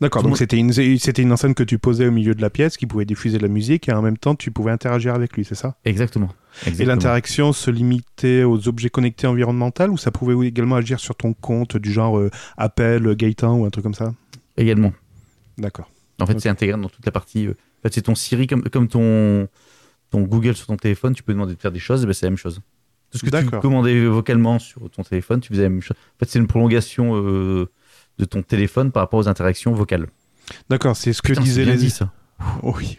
D'accord, Tout donc le monde- c'était une, c'était une enceinte que tu posais au milieu de la pièce qui pouvait diffuser de la musique et en même temps tu pouvais interagir avec lui, c'est ça Exactement. Et Exactement. l'interaction se limitait aux objets connectés environnementaux ou ça pouvait également agir sur ton compte du genre euh, Appel, Gaëtan ou un truc comme ça Également. D'accord. En fait, Ok. c'est intégré dans toute la partie. euh, En fait, c'est ton Siri comme, comme ton, ton Google sur ton téléphone. Tu peux demander de faire des choses, eh ben, c'est la même chose. Tout ce que tu D'accord. commandais vocalement sur ton téléphone, tu faisais la même chose. En fait, c'est une prolongation euh, de ton téléphone par rapport aux interactions vocales. D'accord, c'est ce que Putain, c'est disaient bien les... dit, ça. [laughs] Oui,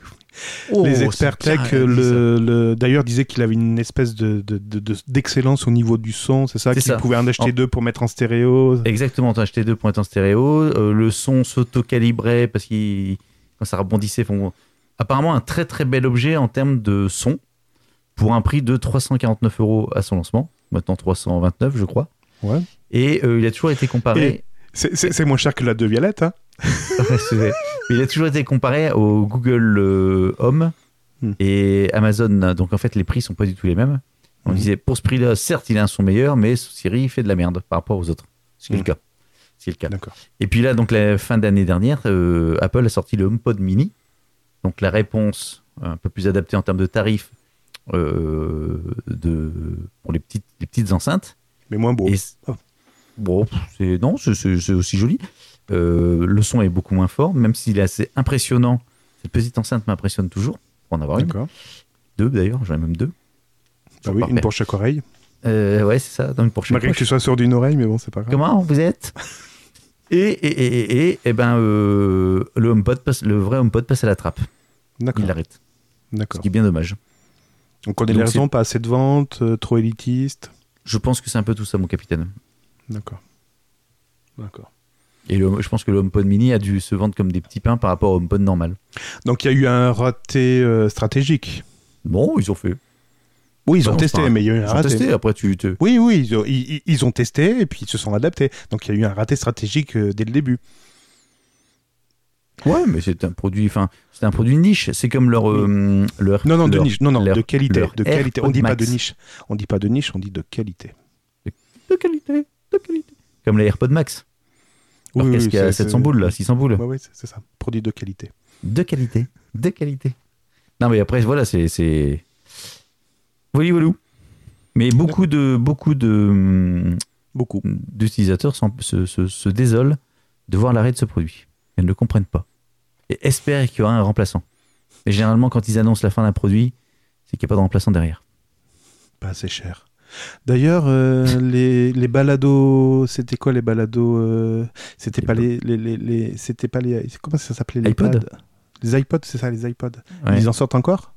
Oh, les c'est experts bien tech, dit, ça. le, le- d'ailleurs, disaient qu'il avait une espèce de, de- de- de- d'excellence au niveau du son, c'est ça C'est Qu'il ça. pouvait en acheter En- deux pour mettre en stéréo. Exactement, t'as acheté deux pointes en stéréo. euh, le son s'auto-calibrait parce qu'il quand ça rebondissait. font- Apparemment, un très très bel objet en termes de son pour un prix de 349 euros à son lancement. Maintenant 329, je crois. Ouais. Et euh, il a toujours été comparé. C'est, c'est- c'est moins cher que la de Violette, hein [laughs] Ouais, c'est vrai. il a toujours été comparé au Google euh, Home Hmm. et Amazon. Donc en fait, les prix sont pas du tout les mêmes. On Mhm. disait pour ce prix-là, certes, il a un son meilleur, mais Siri il fait de la merde par rapport aux autres. C'est Hmm. le cas. C'est le cas. D'accord. Et puis là, donc la fin d'année dernière, euh, Apple a sorti le HomePod Mini. Donc la réponse un peu plus adaptée en termes de tarifs euh, de, pour les petites, les petites enceintes. Mais moins beau. Et c- Oh. bon, pff, c'est non, c'est- c'est c'est aussi joli. Euh, le son est beaucoup moins fort, même s'il est assez impressionnant. Cette petite enceinte m'impressionne toujours. Pour en avoir une, D'accord. deux d'ailleurs, j'en ai même deux. Bah oui, une Parfait. pour chaque oreille. Euh, ouais, c'est ça, dans une pour chaque Malgré que poche. tu sois sûr d'une oreille, mais bon, c'est pas grave. Comment [laughs] vous êtes et, et, et, et, et, eh ben, euh, le, HomePod passe- le vrai HomePod passe à la trappe. D'accord. Il l'arrête. Ce D'accord. qui est bien dommage. On connaît Donc les c'est- raisons, pas assez de ventes, euh, trop élitiste. Je pense que c'est un peu tout ça, mon capitaine. D'accord. D'accord. Et le- je pense que le HomePod mini a dû se vendre comme des petits pains par rapport au HomePod normal. Donc il y a eu un raté euh, stratégique. Bon, ils ont fait. Oui, ils Bah, ont on testé, parle- mais il y a eu un Ils ont raté. testé. Après, tu te. Oui, oui, ils ont, ils- ils- ils ont testé et puis ils se sont adaptés. Donc il y a eu un raté stratégique euh, dès le début. Ouais, mais c'est un produit. Enfin, c'est un produit niche. C'est comme leur. euh, leur Non, non, de leur- niche, non, non, leur- de qualité, leur de qualité. On dit pas AirPod de Max. niche, on dit pas de niche, on dit de qualité. De qualité, de qualité. Comme les AirPod Max. Leur Oui, oui, casque à c'est- 700 c'est- boules, là, 600 boules. Ouais, ouais, c'est c'est ça. Produit de qualité. De qualité, de qualité. Non, mais après, voilà, c'est. c'est... Voli, volou. Mais beaucoup de. Beaucoup de. hum, Beaucoup. d'utilisateurs s'en- se, se- se désolent de voir l'arrêt de ce produit. Ils ne le comprennent pas. Et espèrent qu'il y aura un remplaçant. Mais généralement, quand ils annoncent la fin d'un produit, c'est qu'il n'y a pas de remplaçant derrière. Pas assez cher. D'ailleurs, [laughs] euh, les, les balados, c'était quoi les balados euh, C'était Les pas les, les, les, les- c'était pas les, comment ça s'appelait les iPod pads Les iPods, c'est ça, les iPods. Ouais. Ils en sortent encore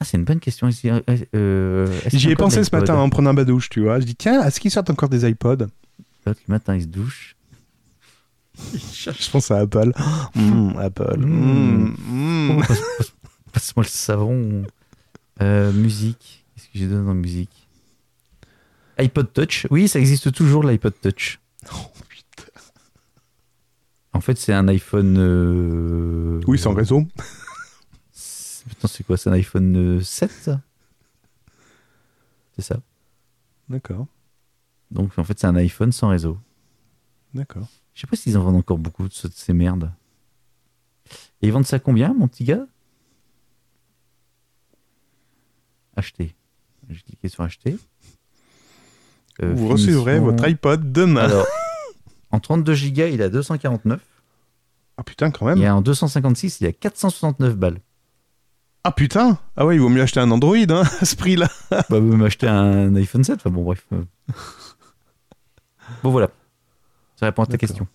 Ah, c'est une bonne question. Est-ce qu'il y a- euh, est-ce qu'il y J'y a ai encore pensé des ce matin iPods en prenant ma douche, tu vois. Je dis tiens, est-ce qu'ils sortent encore des iPods L'autre, Le matin, ils se douchent. [laughs] [laughs] Je pense à Apple. Mm, Apple. Mm. Mm, mm. Passe-moi le savon. Euh, musique. Qu'est-ce que j'ai donné en musique iPod Touch. Oui, ça existe toujours, l'iPod Touch. Oh, En fait, c'est un iPhone. euh, Oui, sans raison. C'est- Attends, c'est quoi C'est un iPhone euh, 7 ça C'est ça. D'accord, Donc en fait, c'est un iPhone sans réseau. d'accord. Je sais pas s'ils en vendent encore beaucoup de ce- de ces merdes. Et ils vendent ça combien, mon petit gars Acheter. J'ai cliqué sur acheter. Euh, Vous recevrez finition. votre iPod demain. Alors, en 32 Go, il a 249. Ah putain, quand Et même. en 256, il a 469 balles. Ah putain. Ah ouais, il vaut mieux acheter un Android hein, [laughs] à ce prix-là. Bah, vous m'achetez un iPhone 7. Enfin, bon, bref. euh. Bon, voilà. Ça répond à ta D'accord. question.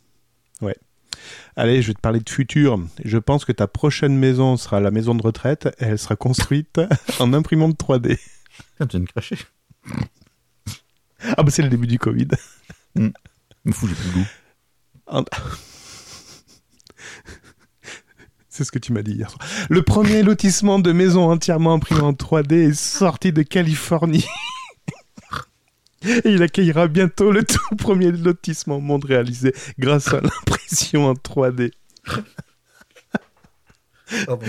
Allez, je vais te parler de futur. Je pense que ta prochaine maison sera la maison de retraite et elle sera construite [laughs] en imprimante 3D. Putain, tu viens de cracher. Ah bah c'est le début du Covid. Je me fous, j'ai plus le goût. C'est ce que tu m'as dit hier soir. Le premier lotissement de maisons entièrement imprimées en 3D est sorti de Californie. Et il accueillera bientôt le tout premier lotissement au monde réalisé grâce à l'impression en 3D. Pardon.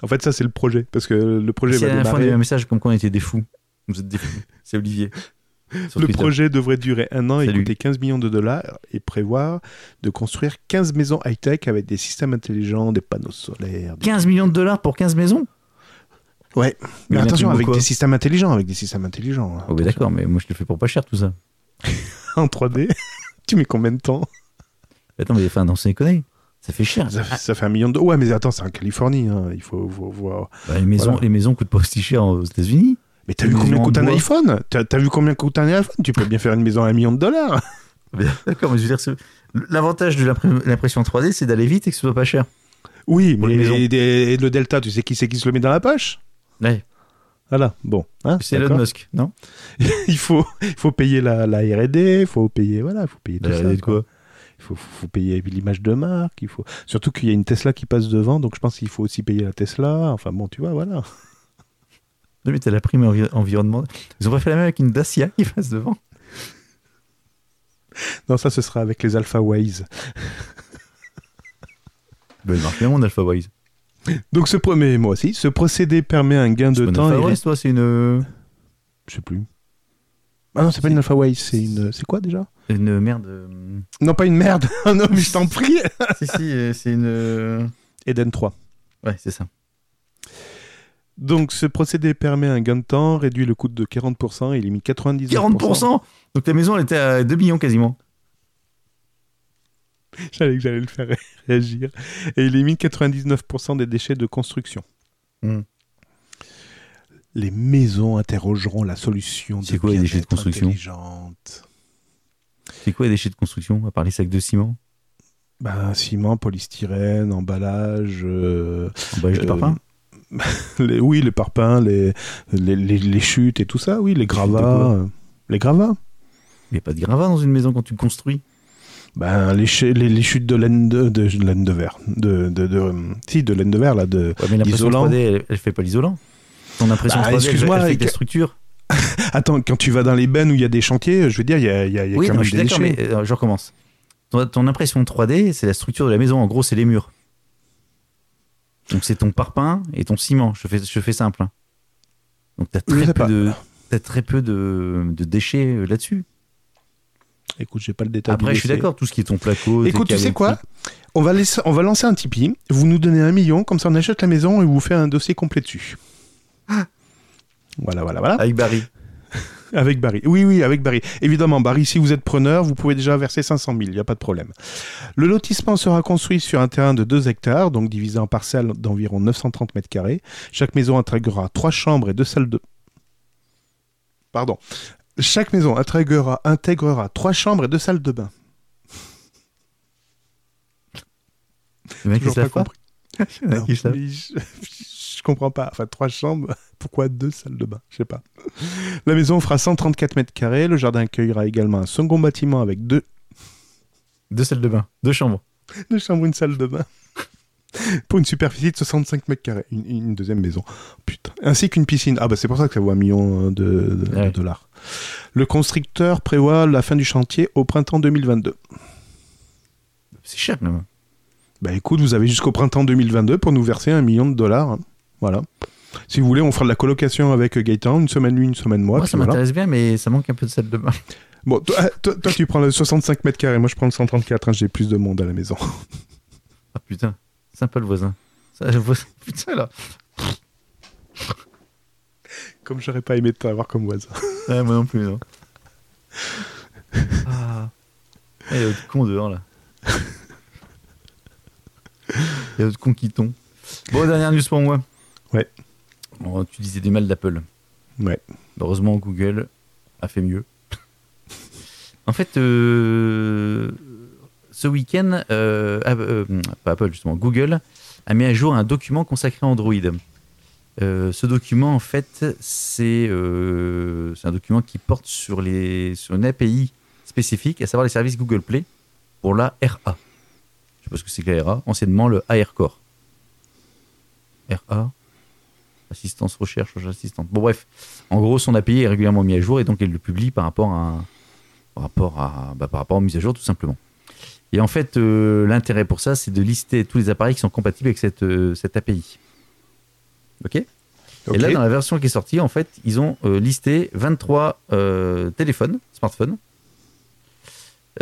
En fait, ça, c'est le projet. Parce que le projet va C'est la dernière fois, on a eu démarrer. un message comme quoi on était des fous. Vous êtes des fous. C'est Olivier. Sur Le Twitter. projet devrait durer un an et Salut. coûter 15 millions de dollars et prévoir de construire 15 maisons high-tech avec des systèmes intelligents, des panneaux solaires. des- 15 millions de dollars pour 15 maisons Ouais, il y mais en a attention, plus avec beaucoup, des hein. systèmes intelligents, avec des systèmes intelligents. hein. Oh, mais d'accord, mais moi je le fais pour pas cher tout ça. [laughs] En 3D, [laughs] tu mets combien de temps Attends, mais enfin, non, c'est déconné. Ça fait cher. ça, ça fait un million de... Ouais, mais attends, c'est en Californie, hein, il faut faut voir. Bah, les, maisons, Voilà. les maisons coûtent pas aussi cher aux États-Unis. [laughs] Mais t'as Une vu combien maison en coûte un bois. iPhone T'as t'as vu combien coûte un iPhone Tu peux bien faire une maison à un million de dollars. [laughs] D'accord, mais je veux dire, c'est- l'avantage de l'imprim- l'impression 3D, c'est d'aller vite et que ce soit pas cher. Oui, Pour mais les maisons. et, des- et le Delta, tu sais qui c'est qui se le met dans la poche Ouais, Voilà, bon. hein, c'est d'accord. Elon Musk, non [laughs] il faut, il faut payer la, la R&D, il faut payer, voilà, il faut payer tout La ça. R&D de quoi Il faut, faut- faut payer l'image de marque, il faut... Surtout qu'il y a une Tesla qui passe devant, donc je pense qu'il faut aussi payer la Tesla. Enfin bon, tu vois, voilà. Non, mais t'as la prime envi- environnement. Ils ont pas fait la même avec une Dacia qui passe devant. Non, ça, ce sera avec les Alpha Waze. Bah, elle marche bien, mon Alpha Wise. Donc ce premier, moi aussi, ce procédé permet un gain de Mon temps. Alpha et- Wise, toi, c'est une... Je sais plus. Ah non, c'est pas une Alpha Waze, c'est une... C'est quoi déjà une merde. euh, Non, pas une merde. [laughs] Ah non, mais je t'en prie. si, si, euh, c'est une. Eden 3. Ouais, c'est ça. Donc ce procédé permet un gain de temps, réduit le coût de 40% et élimine 99%. 40% Donc la maison, elle était à 2 millions quasiment. [laughs] J'allais que j'allais le faire [laughs] réagir. Et il élimine 99% des déchets de construction. Hmm. Les maisons interrogeront la solution C'est quoi les déchets de bien-être construction intelligente. C'est quoi les déchets de construction, à part les sacs de ciment Ben, ciment, polystyrène, emballage, euh, Emballage de Euh, parfum les- oui, les parpaings, les, les, les- les chutes et tout ça, oui, les de gravats. quoi euh, Les gravats Il n'y a pas de gravats dans une maison quand tu construis. Ben, les, ch- les, les chutes de laine de, de- de laine de verre. De, de, de- euh, si, de laine de verre, là, de, Ouais, mais l'impression L'isolant. 3D, elle, elle fait pas l'isolant. Ton impression Bah, 3D, elle- excuse-moi, elle, fait avec- de la structure. Attends, quand tu vas dans les bennes où il y a des chantiers, je veux dire, il y a, il y a- il y a Oui, quand non, même je suis des d'accord, déchets. mais euh, je recommence. Ton, ton impression 3D, c'est la structure de la maison. En gros, c'est les murs. Donc c'est ton parpaing et ton ciment. Je fais, je fais simple. hein. Donc t'as Je sais très, pas. peu de- t'as très peu de, de déchets euh, là-dessus. Écoute, j'ai pas le détail. Après, du je suis dossier. d'accord, tout ce qui est ton placo. tes Écoute, tu câbles, sais quoi on va, laisser- on va lancer un Tipeee, vous nous donnez un million, comme ça on achète la maison et vous fait un dossier complet dessus. Ah. Voilà, voilà, voilà. [laughs] Avec Barry. Avec Barry. Oui, oui, avec Barry. Évidemment, Barry, si vous êtes preneur, vous pouvez déjà verser 500 000, il n'y a pas de problème. Le lotissement sera construit sur un terrain de 2 hectares, donc divisé en parcelles d'environ 930 mètres carrés. Chaque maison intégrera 3 chambres et 2 salles de... Pardon. Chaque maison intégrera, intégrera 3 chambres et 2 salles de bain. Le mec, il Toujours se lave pas pas. compris. Le mec, Non, il se lave. mais je, je comprends pas. Enfin, 3 chambres, [laughs] pourquoi 2 salles de bain Je sais pas. La maison fera 134 mètres carrés. Le jardin accueillera également un second bâtiment avec deux Deux salles de bain, deux chambres. Deux chambres, une salle de bain. Pour une superficie de 65 mètres carrés. Une, une deuxième maison. Putain. Ainsi qu'une piscine. Ah bah c'est pour ça que ça vaut un million euh, de, de- de Ouais. dollars. Le constructeur prévoit la fin du chantier au printemps 2022. C'est cher, quand même. Bah écoute, vous avez jusqu'au printemps 2022 pour nous verser un million de dollars. hein. Voilà. Si vous voulez, on fera de la colocation avec euh, Gaëtan, une semaine lui, une semaine moi. Moi, puis ça voilà. m'intéresse bien, mais ça manque un peu de salle de bain. Bon, toi, ah, toi- toi, tu prends le 65 mètres carrés, moi je prends le 134, hein, j'ai plus de monde à la maison. [laughs] Ah putain, sympa le voisin. Ça, le voisin- [laughs] Putain, là. Comme j'aurais pas aimé t'avoir comme voisin. Ouais, moi non plus, non. Ah. Ah, Il y a autre con dehors, là. Il y a autre con qui tombe. Bon, dernière news pour moi. Ouais. Bon, tu disais du mal d'Apple. Ouais. Heureusement, Google a fait mieux. en fait, euh, ce week-end, euh, ah, euh, pas Apple, justement, Google a mis à jour un document consacré à Android. Euh, ce document, en fait, c'est euh, c'est un document qui porte sur, les, sur une API spécifique, à savoir les services Google Play pour la RA. Je sais pas ce que c'est que l'ARA. Anciennement, le ARCOR. RA Assistance Recherche, Recherche Assistante. Bon, bref. En gros, son API est régulièrement mis à jour et donc elle le publie par rapport à, un- par rapport à, bah, par rapport aux mises à jour, tout simplement. Et en fait, euh, l'intérêt pour ça, c'est de lister tous les appareils qui sont compatibles avec cette, euh, cette API. Ok Ok. et là, dans la version qui est sortie, en fait, ils ont euh, listé 23 euh, téléphones, smartphones.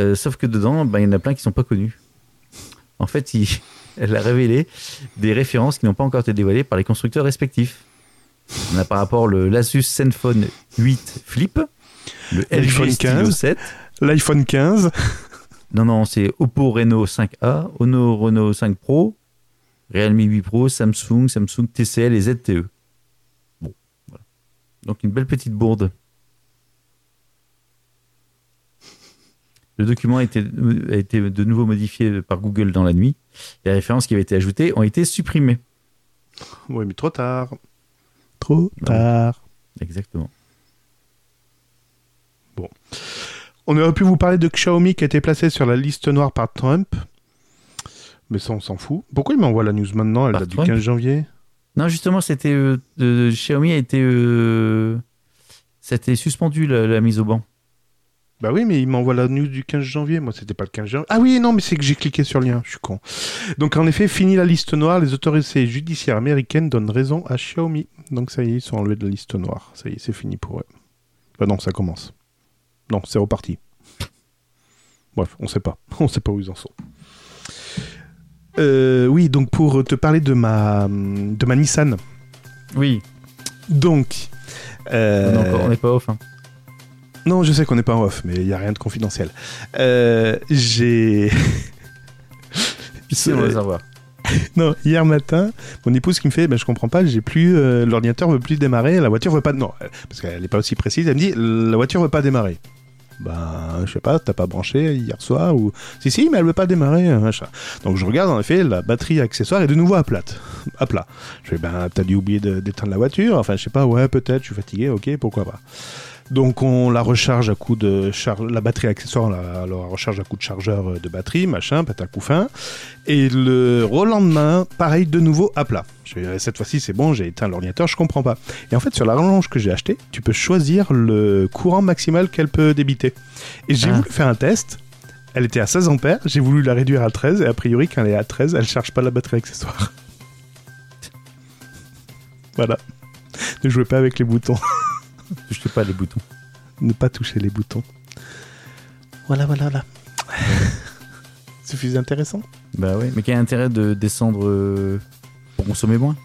Euh, sauf que dedans, ben, il y en a plein qui sont pas connus. En fait, il- [laughs] elle a révélé des références qui n'ont pas encore été dévoilées par les constructeurs respectifs. On a par rapport le Lasus Zenfone 8 Flip, le iPhone LG Stylo 15. 7. L'iPhone 15. Non, non, c'est Oppo Reno 5A, Ono Reno 5 Pro, Realme 8 Pro, Samsung, Samsung TCL et ZTE. Bon, voilà. Donc une belle petite bourde. Le document a été, a été de nouveau modifié par Google dans la nuit. Les références qui avaient été ajoutées ont été supprimées. Oui, mais trop tard. Trop Ouais. tard. Exactement. On aurait pu vous parler de Xiaomi qui a été placé sur la liste noire par Trump. Mais ça, on s'en fout. Pourquoi il m'envoie la news maintenant Elle Par date du Trump 15 janvier. Non, justement, c'était euh, euh, Xiaomi a été, euh, ça a été suspendu la, la mise au banc. Bah oui, mais il m'envoie la news du 15 janvier. Moi, c'était pas le 15 janvier. Ah oui, non, mais c'est que j'ai cliqué sur le lien. Je suis con. Donc, en effet, fini la liste noire. Les autorités judiciaires américaines donnent raison à Xiaomi. Donc, ça y est, ils sont enlevés de la liste noire. Ça y est, c'est fini pour eux. Bah non, ça commence. Non, c'est reparti. Bref, on sait pas. [laughs] On sait pas où ils en sont. Euh, oui, donc pour te parler de ma, de ma Nissan. Oui, Donc. on euh, est encore- on n'est pas off. hein. non, je sais qu'on n'est pas en off, mais il n'y a rien de confidentiel. Euh, J'ai. Si, on va les avoir. [laughs] non, hier matin, mon épouse qui me fait, ben, je comprends pas, j'ai plus, euh, l'ordinateur veut plus démarrer, la voiture veut pas, non, euh, parce qu'elle n'est pas aussi précise, elle me dit, la voiture veut pas démarrer. Ben, je sais pas, t'as pas branché hier soir ou si si, mais elle veut pas démarrer, euh, machin. Donc je regarde en effet, la batterie accessoire est de nouveau à plat, à plat. Je fais, ben, t'as dû oublier de- d'éteindre la voiture, enfin je sais pas, ouais peut-être, je suis fatigué, ok, pourquoi pas. Donc on la recharge à coup de charge, la batterie accessoire, on la, la recharge à coup de chargeur euh, de batterie, machin, patacoufin. Et le lendemain, pareil de nouveau à plat. Je fais, cette fois-ci, c'est bon, j'ai éteint l'ordinateur, je comprends pas. Et en fait, sur la rallonge que j'ai achetée, tu peux choisir le courant maximal qu'elle peut débiter. Et j'ai Ah. voulu faire un test. Elle était à 16 ampères, j'ai voulu la réduire à 13, et a priori, quand elle est à 13, elle charge pas la batterie accessoire. [laughs] voilà. Ne jouez pas avec les boutons. [laughs] Touche pas les boutons. ne pas toucher les boutons. Voilà, voilà, voilà. [laughs] Suffisait intéressant Bah ouais, mais quel intérêt de descendre euh, pour consommer moins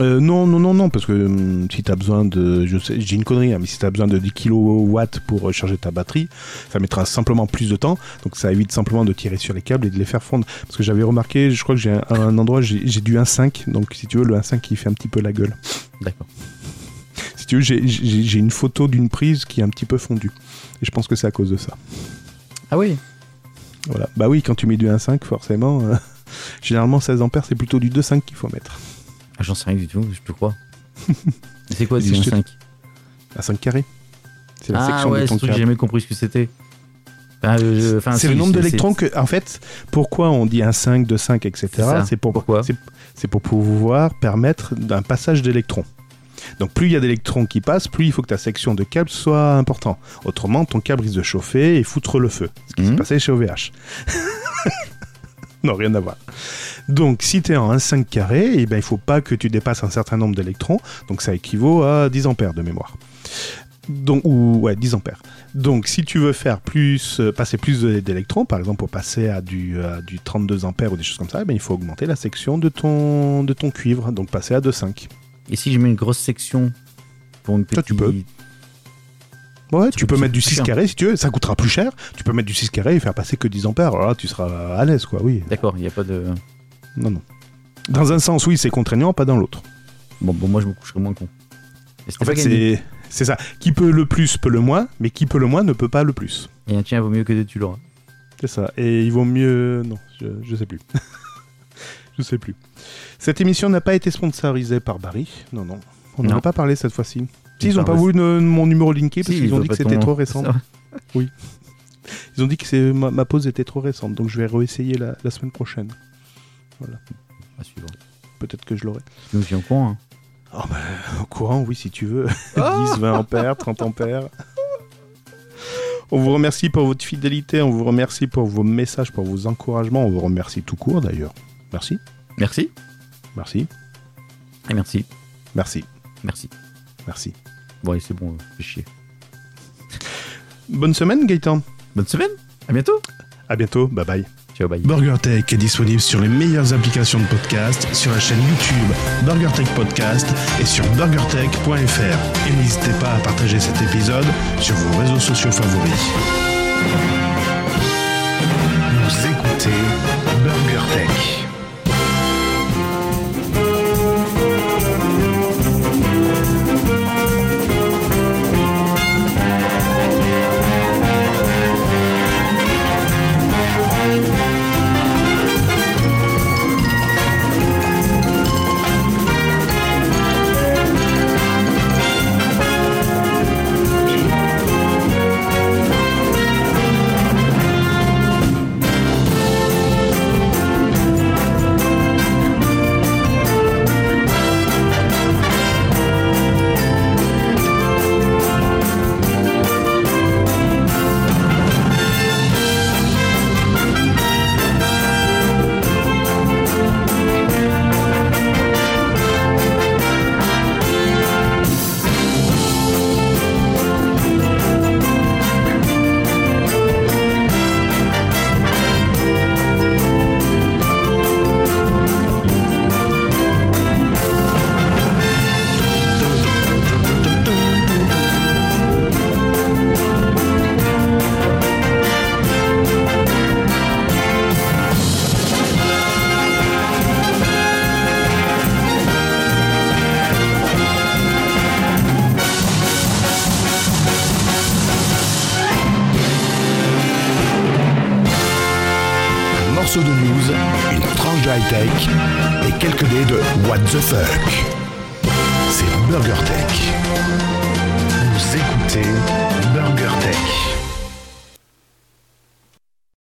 Euh, non, non, non, non, parce que hum, si t'as besoin de. Je sais, j'ai une connerie, hein, mais si t'as besoin de 10 kW pour euh, charger ta batterie, ça mettra simplement plus de temps. Donc ça évite simplement de tirer sur les câbles et de les faire fondre. Parce que j'avais remarqué, je crois que j'ai un, un endroit, j'ai, j'ai du 1.5. Donc si tu veux, le 1.5 qui fait un petit peu la gueule. D'accord. Si tu veux, j'ai, j'ai- j'ai une photo d'une prise qui est un petit peu fondue. Et je pense que c'est à cause de ça. Ah oui Voilà. Bah oui, quand tu mets du 1.5, forcément. euh, [laughs] généralement, 16 ampères, c'est plutôt du 2.5 qu'il faut mettre. ah, J'en sais rien du tout, je te [laughs] crois. Mais C'est quoi Mais du si je te- 5 À 5 carrés. C'est la Ah section ouais, de c'est ton le truc que j'ai câble. jamais compris ce que c'était. Enfin, euh, enfin, c'est si, le nombre c'est- d'électrons que, en fait, pourquoi on dit un 5, 2, 5, etc. C'est ça. C'est pour, Pourquoi c'est- c'est pour pouvoir permettre d'un passage d'électrons. Donc plus il y a d'électrons qui passent, plus il faut que ta section de câble soit importante. Autrement, ton câble risque de chauffer et foutre le feu. Ce qui Mhm. s'est passé chez OVH. [laughs] non, rien à voir. Donc si tu es en 1,5 carré, eh ben, il faut pas que tu dépasses un certain nombre d'électrons. Donc ça équivaut à 10 ampères de mémoire. Donc, ou ouais, 10 ampères. Donc, si tu veux faire plus, euh, passer plus de- d'électrons, par exemple, pour passer à du, à du 32 ampères ou des choses comme ça, eh ben, il faut augmenter la section de ton, de ton cuivre, donc passer à 2,5. Et si je mets une grosse section pour une Ça, petite. tu peux. Ouais, tu peux c'est mettre du 6 cher. carrés si tu veux, ça coûtera plus cher. Tu peux mettre du 6 carrés et faire passer que 10 ampères. Alors là, tu seras à l'aise, quoi, oui. D'accord, il n'y a pas de. Non, non. Dans un sens, oui, c'est contraignant, pas dans l'autre. Bon, bon, moi je me coucherai moins con. Et c'était En pas fait, gagné. c'est c'est ça. Qui peut le plus peut le moins, mais qui peut le moins ne peut pas le plus. Et un tien Eh, vaut mieux que deux, tu l'auras. C'est ça. Et il vaut mieux. Non, je, je sais plus. [laughs] je sais plus. Cette émission n'a pas été sponsorisée par Barry. Non, non. On n'en Non. a pas parlé cette fois-ci. Si, Ils ils n'ont pas parlent- voulu ne- mon numéro LinkedIn parce Si, [laughs] qu'ils ont veulent dit que pas c'était ton- trop récent. Ça va. Oui. Ils ont dit que c'est- ma, ma pause était trop récente, donc je vais réessayer la, la semaine prochaine. Voilà, À suivre. peut-être que je l'aurai. Tu nous tiens au courant. hein. Au courant, oui, si tu veux. [laughs] 10, 20 ampères, 30 ampères. On vous remercie pour votre fidélité, on vous remercie pour vos messages, pour vos encouragements, on vous remercie tout court d'ailleurs. Merci, Merci. merci, Et Ah, merci. merci, Merci. merci. Bon, allez, c'est bon, euh, fais chier. Bonne semaine Gaëtan, Bonne semaine. À bientôt. à bientôt, bye bye. Ciao, bye. BurgerTech est disponible sur les meilleures applications de podcast, sur la chaîne YouTube BurgerTech Podcast et sur burgertech.fr. Et n'hésitez pas à partager cet épisode sur vos réseaux sociaux favoris. Vous écoutez BurgerTech. Un morceau de news, une tranche de high-tech et quelques dés de What the fuck. C'est BurgerTech.